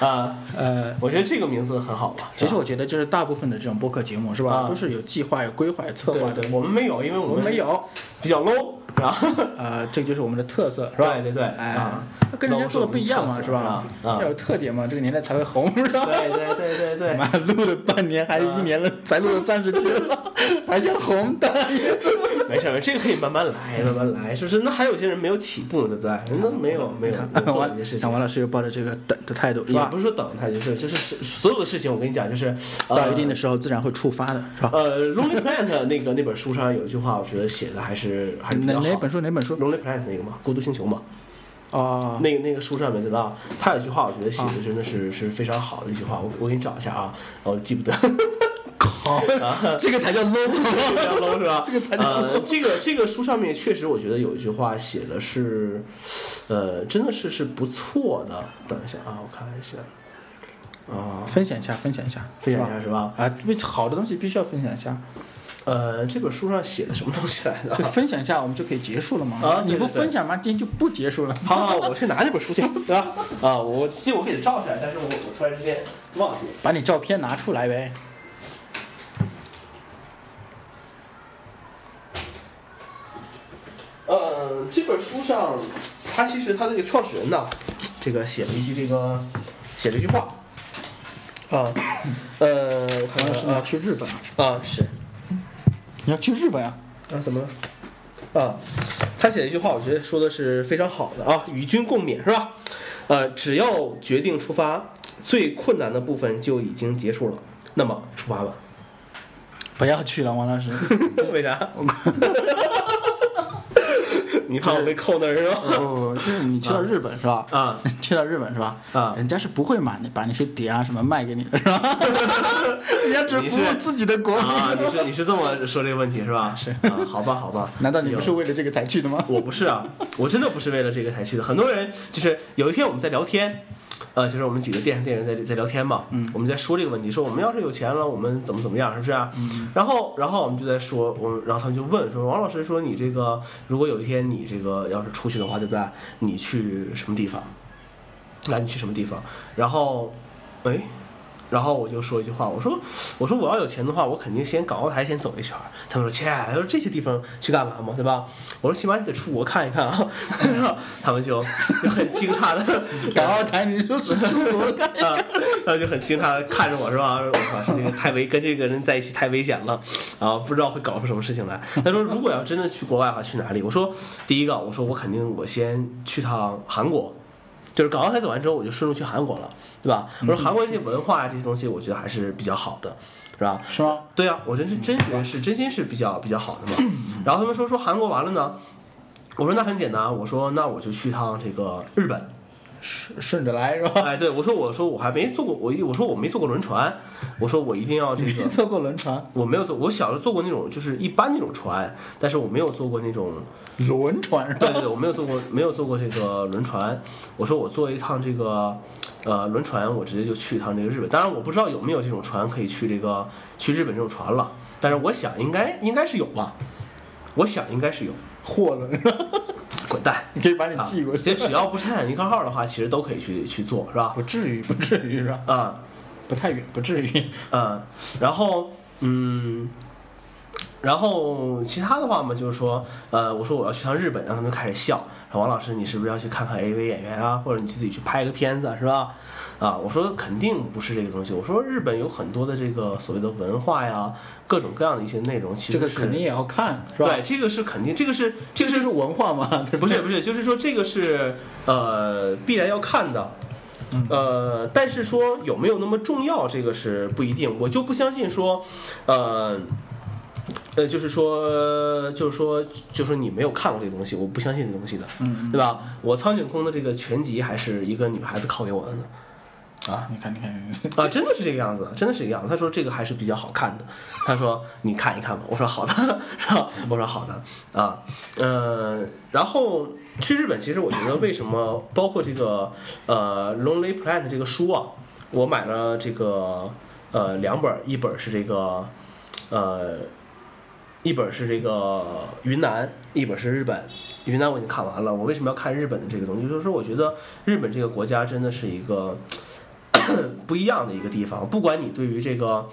啊，
呃，
我觉得这个名字很好吧。
其
是
实
吧
我觉得就是大部分的这种播客节目是吧，
啊
都是有计划、有规划、有策
对
划
对
的。
对，我们没有，因为
我
我
们
们
没有，
比较 low，然
*laughs*
后
呃，这就是我们的特色，是吧？
对对对
哎
啊，
那跟人家做的不一样嘛，
那
是
我们特？
吧
色啊啊
要有特点嘛，这个年代才会红，是吧？
对对对对对，
*laughs*
啊
妈录了半年，还一年了，才录了三十期，我操，还想红的，
*laughs* 没事没事，这个可以慢慢来，慢慢来，是不是？那还有些人没有起步呢，对不对？那没
嗯
有没有没有做
王
这些事
像
情。
王老师又抱着这个等的态度，是
也
吧
不？是说等他，就是就是所有的事情，我跟你讲，就是呃
到一定的时候自然会触发的，是吧？
呃，《Lonely Planet》那个那本书上有一句话，我觉得写的还是还是比
哪
较好。啊
哪本书？哪本书？
Lonely Planet》那个嘛，《孤独星球》嘛，
哦，
那个那个书上面对吧？他有一句话，我觉得
啊
写的真的是、是非常好的一句话，我我给你找一下啊，我记不得，
靠，
啊
*laughs* 这个才叫 low，
*laughs* 这样 low 是吧？
这个才叫
呃，这个这个书上面确实，我觉得有一句话写的是，呃，真的是是不错的。等一下啊，我看一下，啊、
分享一下，分享一下，
分享一下是
是吧
吧？
啊，为好的东西必须要分享
*laughs*
一下，
呃，这本书上写的什么东西来着
对，？分享一下我们就可以结束了嘛。
啊对
你不
对对
分享吗？今天就不结束了。
好好，啊我去拿这本书去，对吧？啊，我记我给你照下来，但是我我突然之间忘记了。
把你照片拿出来呗。
呃，这本书上，他其实他这个创始人呢，这个写了一句这个，写了一句话，啊，呃，我
王
看
老师，你要
看
去日本啊？
啊啊是
你要去日本啊？
啊怎么了？啊，他写了一句话，我觉得说的是非常好的啊，与君共勉是吧？呃，只要决定出发，最困难的部分就已经结束了，那么出发吧。
不要去了，王 *laughs* 老师。
*laughs* 为啥？ *laughs* 你怕我被扣那儿是吧？
哦，就是你去到日本是吧？
啊，
*laughs* 去到日本是吧？
啊
人家是不会买那把那些碟啊什么卖给你的，
*laughs*
是吧？人家只服
你是
务自己的国民。
啊，你是你是这么说这个问题是吧？
是
啊，好吧，好吧。
难道你不是为了这个才去的 *laughs* 吗？
我不是啊，我真的不是为了这个才去的。很多人就是有一天我们在聊天，呃，就是我们几个电视店员在在聊天嘛，嗯，我们在说这个问题，说我们要是有钱了，我们怎么怎么样，是不是、啊？然后然后我们就在说，我们然后他们就问说，王老师说你这个如果有一天你这个要是出去的话，对不对？你去什么地方？那你去什么地方？然后，哎，然后我就说一句话，我说，我说我要有钱的话，我肯定先港澳台先走一圈儿。他们说切，他说这些地方去干嘛嘛，对吧？我说起码你得出国看一看啊。 *laughs* 然后他们就就很惊诧的，
港澳台，你说是出国干？
啊，然后就很惊诧的看着我是吧？我操，这个太危，跟这个人在一起太危险了，啊，不知道会搞出什么事情来。他说，如果要真的去国外的话，去哪里？我说，第一个，我说我肯定我先去趟韩国。就是港澳台走完之后，我就顺路去韩国了，对吧？我说韩国这些文化这些东西，我觉得还是比较好的， *laughs* 是吧？
是吗？
对啊，我真是真觉得是真心是比较比较好的嘛。然后他们啊说说韩国完了呢，我说那很简单，我说那我就去趟这个日本，
顺顺着来是吧？
*laughs* 哎，对我说，我说我还没坐过，我我说我没坐过轮船，我说我一定要这个
*laughs* 没，坐过轮船，
我没有坐，我小时候坐过那种就是一般那种船，但是我没有坐过那种，
轮船是吧？
对对对，我没有坐过，没有坐过这个轮船。我说我坐一趟这个，呃，轮船，我直接就去一趟这个日本。当然我不知道有没有这种船可以去这个去日本这种船了，但是我想应该应该是有吧，我想应该是有。
货轮是吧？
滚蛋！
你可以把你寄过
啊、其
去
实，只要不是泰坦尼克号的话，其实都可以去去做，是吧？
不至于，不至于是吧？
啊、
不太远，不至于。
嗯，然后嗯，然后其他的话嘛，就是说，呃，我说我要去趟日本，然后他们就开始笑，说王老师，你是不是要去看看 AV 演员啊，或者你自己去拍个片子啊是吧？啊，我说肯定不是这个东西，我说日本有很多的这个所谓的文化呀，各种各样的一些内容，其实
这个
是
肯定也要看，是吧？
对，这个是肯定，这个是
这个就是文化嘛，对
不
对
是？不是，就是说这个是呃必然要看的
嗯，
呃，但是说有没有那么重要，这个是不一定。我就不相信说，呃。呃，就是说，就是说，就是说，你没有看过这个东西，我不相信这东西的，
嗯，
对吧？我苍井空的这个全集还是一个女孩子拷给我的呢，
啊，你看，你看，你
*laughs*
看
啊，真的是这个样子，真的是这个样子。他说这个还是比较好看的，他说你看一看吧。我说好的，是吧？我说好的啊，呃，然后去日本，其实我觉得为什么包括这个呃《Lonely Planet》这个书啊，我买了这个呃两本儿，一本儿是这个呃一本是这个云南，一本是日本。云南我已经看完了，我为什么要看日本的这个东西？就是说，我觉得日本这个国家真的是一个 *coughs* 不一样的一个地方。不管你对于这个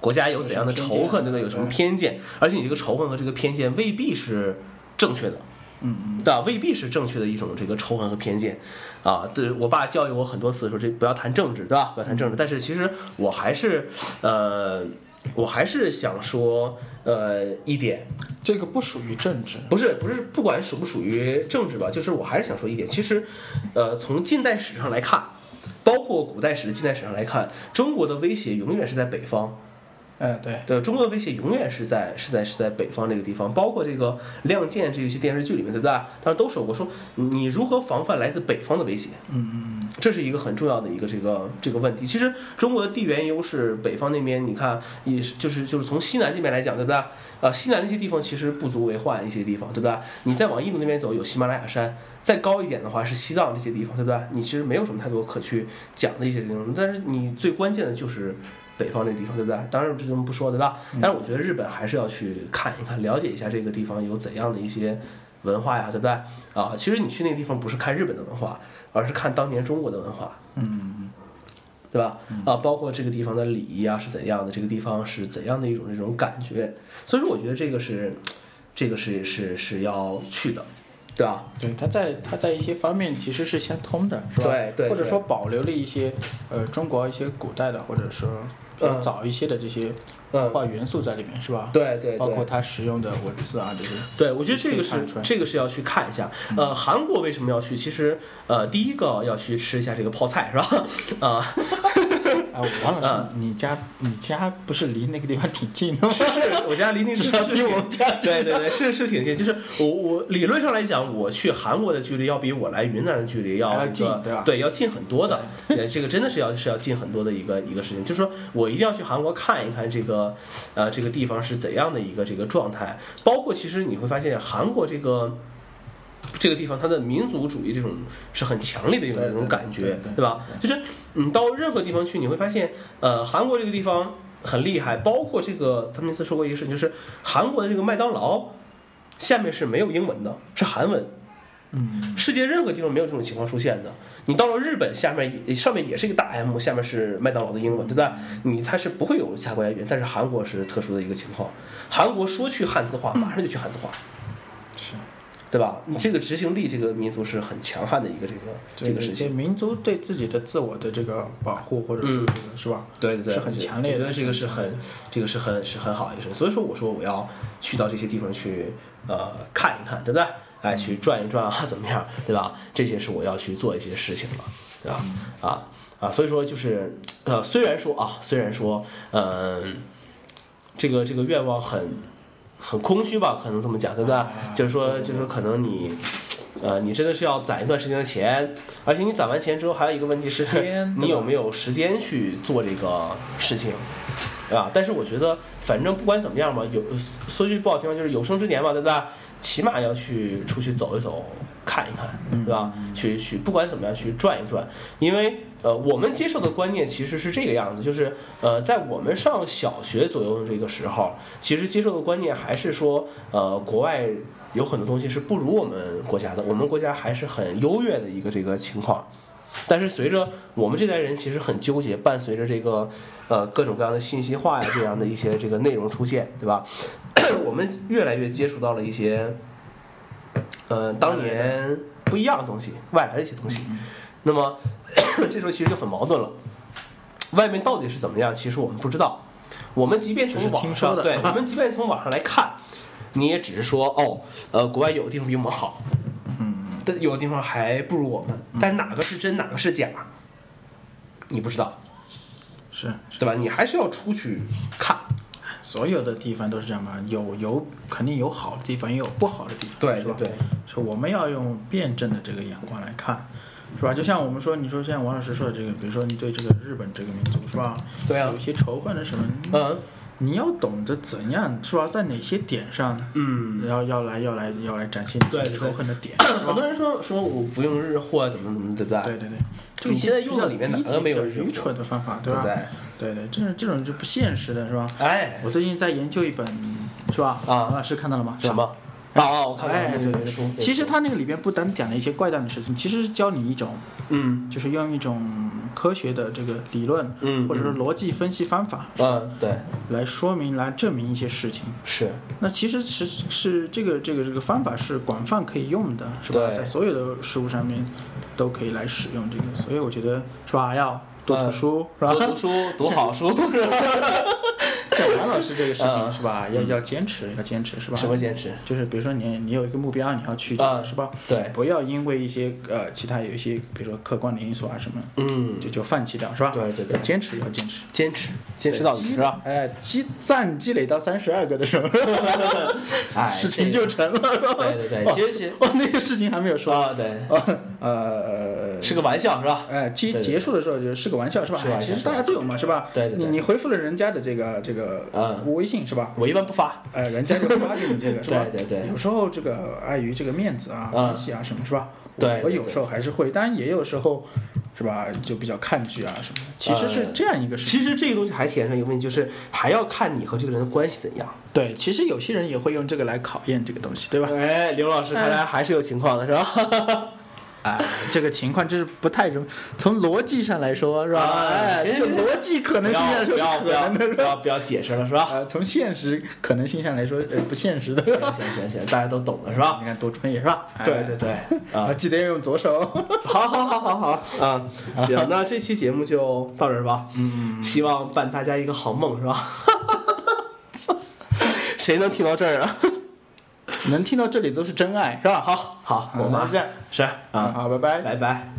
国家有怎样的仇恨，对吧？有什么偏见，嗯而且你这个仇恨和这个偏见未必是正确的。
嗯嗯，
对吧？未必是正确的一种这个仇恨和偏见，啊，对我爸教育我很多次说这不要谈政治，对吧？不要谈政治，但是其实我还是，呃，我还是想说，呃，一点
这个不属于政治，
不是不是，不管属不属于政治吧，就是我还是想说一点，其实，呃，从近代史上来看，包括古代史、近代史上来看，中国的威胁永远是在北方，
哎，对，
对，中国的威胁永远是在是在是在北方这个地方，包括这个《亮剑》这一些电视剧里面，对不对？当时都说过，说你如何防范来自北方的威胁，
嗯嗯
这是一个很重要的一个这个这个问题。其实中国的地缘优势，北方那边你看，也是就是就是从西南这边来讲，对不对？呃，西南那些地方其实不足为患，一些地方，对不对？你再往印度那边走，有喜马拉雅山，再高一点的话是西藏这些地方，对不对？你其实没有什么太多可去讲的一些内容，但是你最关键的就是。北方这个地方，对不对？当然这咱们不说，对吧？
嗯
但是我觉得日本还是要去看一看，了解一下这个地方有怎样的一些文化呀，对不对？啊，其实你去那个地方不是看日本的文化，而是看当年中国的文化，
嗯嗯
对吧？啊，包括这个地方的礼仪啊是怎样的，这个地方是怎样的一种这种感觉，所以说我觉得这个是，这个是是是要去的，对吧？
嗯，对，它在它在一些方面其实是相通的，是吧？
对对
或者
对
说保留了一些呃中国一些古代的，或者说比较
嗯
早一些的这些文
嗯，
化元素在里面，是吧？
对对
包括
对，
它使用的文字
*laughs*
啊这些，
对我觉得这个
可以
是
看出来
这个是要去看一下。呃，韩国为什么要去？其实呃，第一个要去吃一下这个泡菜，是吧？ *laughs* 啊。
啊，王老
嗯
师，你家你家不是离那个地方挺
*laughs*
近的吗？
是是，我家离那个
*laughs* 至少比我们家近
对对
*laughs*
对，是是挺近。就是我我理论上来讲，我去韩国的距离要比我来云南的距离要
还要
这个
近对吧
要近很多的。对，这个真的是要是要近很多的一个一个事情。就是说我一定要去韩国看一看这个呃这个地方是怎样的一个这个状态。包括其实你会发现韩国这个。这个地方它的民族主义这种是很强烈的一种
对
这种
对
感觉，
对对
吧？就是你到任何地方去，你会发现，呃，韩国这个地方很厉害，包括这个他们那次说过一个事情，就是韩国的这个麦当劳下面是没有英文的，是韩文。
嗯，
世界任何地方没有这种情况出现的。你到了日本，下面也上面也是一个大 M，下面是麦当劳的英文，对吧？你它是不会有其他国家语言，但是韩国是特殊的一个情况。韩国说去汉字化，马上就去汉字化，
是。
对吧？你这个执行力，这个民族是很强悍的一个这个这个事
嗯对
情。
民族对自己的自我的这个保护，或者是、
嗯
这个是吧？
对对对，
是很强烈的
我觉得这个是很，这个是很是很好的一个事情。所以说，我说我要去到这些地方去，呃，看一看，对不
嗯
对？哎，去转一转啊，怎么样， *laughs* 对吧？这些是我要去做一些事情了，对吧？
嗯
啊啊，所以说就是，呃，虽然说啊，虽然说，嗯、这个这个愿望很很空虚吧，可能这么讲，对吧？
哎
就是说，就是说可能你呃，你真的是要攒一段时间的钱，而且你攒完钱之后，还有一个问题是
时间
你有没有时间去做这个事情，对吧？啊但是我觉得，反正不管怎么样嘛，有说句不好听的，就是有生之年嘛，对吧？起码要去出去走一走，看一看，对吧？去去，不管怎么样去转一转，因为呃，我们接受的观念其实是这个样子，就是呃，在我们上小学左右的这个时候，其实接受的观念还是说，呃，国外有很多东西是不如我们国家的，我们国家还是很优越的一个这个情况。但是随着我们这代人其实很纠结，伴随着这个呃各种各样的信息化呀这样的一些这个内容出现，对吧？ *coughs* 我们越来越接触到了一些，呃，当年不一样的东西，外来的一些东西。
嗯
那么 *coughs* 这时候其实就很矛盾了，外面到底是怎么样，其实我们不知道。我们即便从
只是
网
听
上
说的嗯
对，我们即便从网上来看，你也只是说哦，呃，国外有的地方比我们好，
嗯，
但有的地方还不如我们，但是哪个是真，哪个是假，你不知道，
是，
对吧？你还是要出去看。
所有的地方都是这样吧，有有肯定有好的地方，也有不好的地方，
对
是吧
对对，
是我们要用辩证的这个眼光来看，是吧？就像我们说，你说像王老师说的这个，比如说你对这个日本这个民族是吧，
对啊
有一些仇恨的什么，
嗯
你要懂得怎样是吧，在哪些点上，
嗯，
要要来要来要来展现你这
对
个
对
仇恨的点，
嗯很多人说说我不用日货怎么怎么对不对？
对对对，这
你
种
现在用的里面
比
哪
较
个没有
低级比
日
较愚
货
蠢的方法，
对
吧
不？对？
对对，这种这种就不现实的是吧？
哎，
我最近在研究一本，是吧？
啊
王老师看到了吗？是
什？
吧
么？啊啊，我看看
哎，
那
对
个
对
书
对，其实他那个里边不单讲了一些怪诞的事情，其实是教你一种，
嗯
就是用一种科学的这个理论，
嗯
或者是逻辑分析方法
嗯，对，
来说明、来证明一些事情。
是
那其实是是这个这个这个方法是广泛可以用的，是吧？
对
在所有的事物上面都可以来使用这个，所以我觉得是吧？要多读书，是吧？
呃多读 *laughs* 书，读好书，
像王老师这个事情
嗯
是吧？要要坚持，要坚持是吧？
什么坚持？
就是比如说你你有一个目标，你要去这个、
啊，
是吧？
对，
不要因为一些呃其他有一些比如说客观的因素啊什么，
嗯，
就就放弃掉是吧？
对对对
坚持要坚持，
坚持，坚持到底
积
是吧？
哎，积赞积累到三十二个的时候，
*laughs* 哎，
事情
这
就
个
成了，是吧？
对对对，其实其实
哦，那个事情还没有说，哦
啊，对，
呃。
是个玩笑是吧？
哎，其实
对对
结束的时候就是个玩笑，是吧？哎
是玩笑
其实大家都有嘛，是吧？
对对对
你你回复了人家的这个这个
嗯
微信是吧？
我一般不发，
呃，人家就发给你
*laughs*
这个，是吧？
对对对
有时候这个碍于这个面子啊、
嗯
关系啊什么，是吧？
对
我我
对
有时候还是会，当然也有时候，是吧？就比较抗拒啊什么的。其实是
嗯
这样一个事情。
其实这个东西还体现出一个问题，就是还要看你和这个人的关系怎样。
对，其实有些人也会用这个来考验这个东西，对吧？
哎，刘老师看来还是有情况的，是吧？ *laughs*
啊、这个情况就是不太容，从逻辑上来说，是吧？
啊
哎，
行
就
行
逻辑可
不
能性
要
来说
不
是
要
可
不要
能的，是
不
吧？
要不要解释了，是吧？
呃，从现实可能性上来说，呃，不现实的。
行行行行，大家都懂了，是
*laughs*
吧？
你看多专业是吧？哎
对对对，啊，
啊，记得要用左 *laughs* 手。
*laughs* 好好好好好啊，行，那这期节目就到这儿吧。嗯，希望伴大家一个好梦，是吧？ *laughs* 谁能听到这儿 *laughs* 啊？
能听到这里都是真爱，是吧？好，
好，
我
我
们
们
还是这样
是
啊，
啊，
好，拜拜。
拜拜。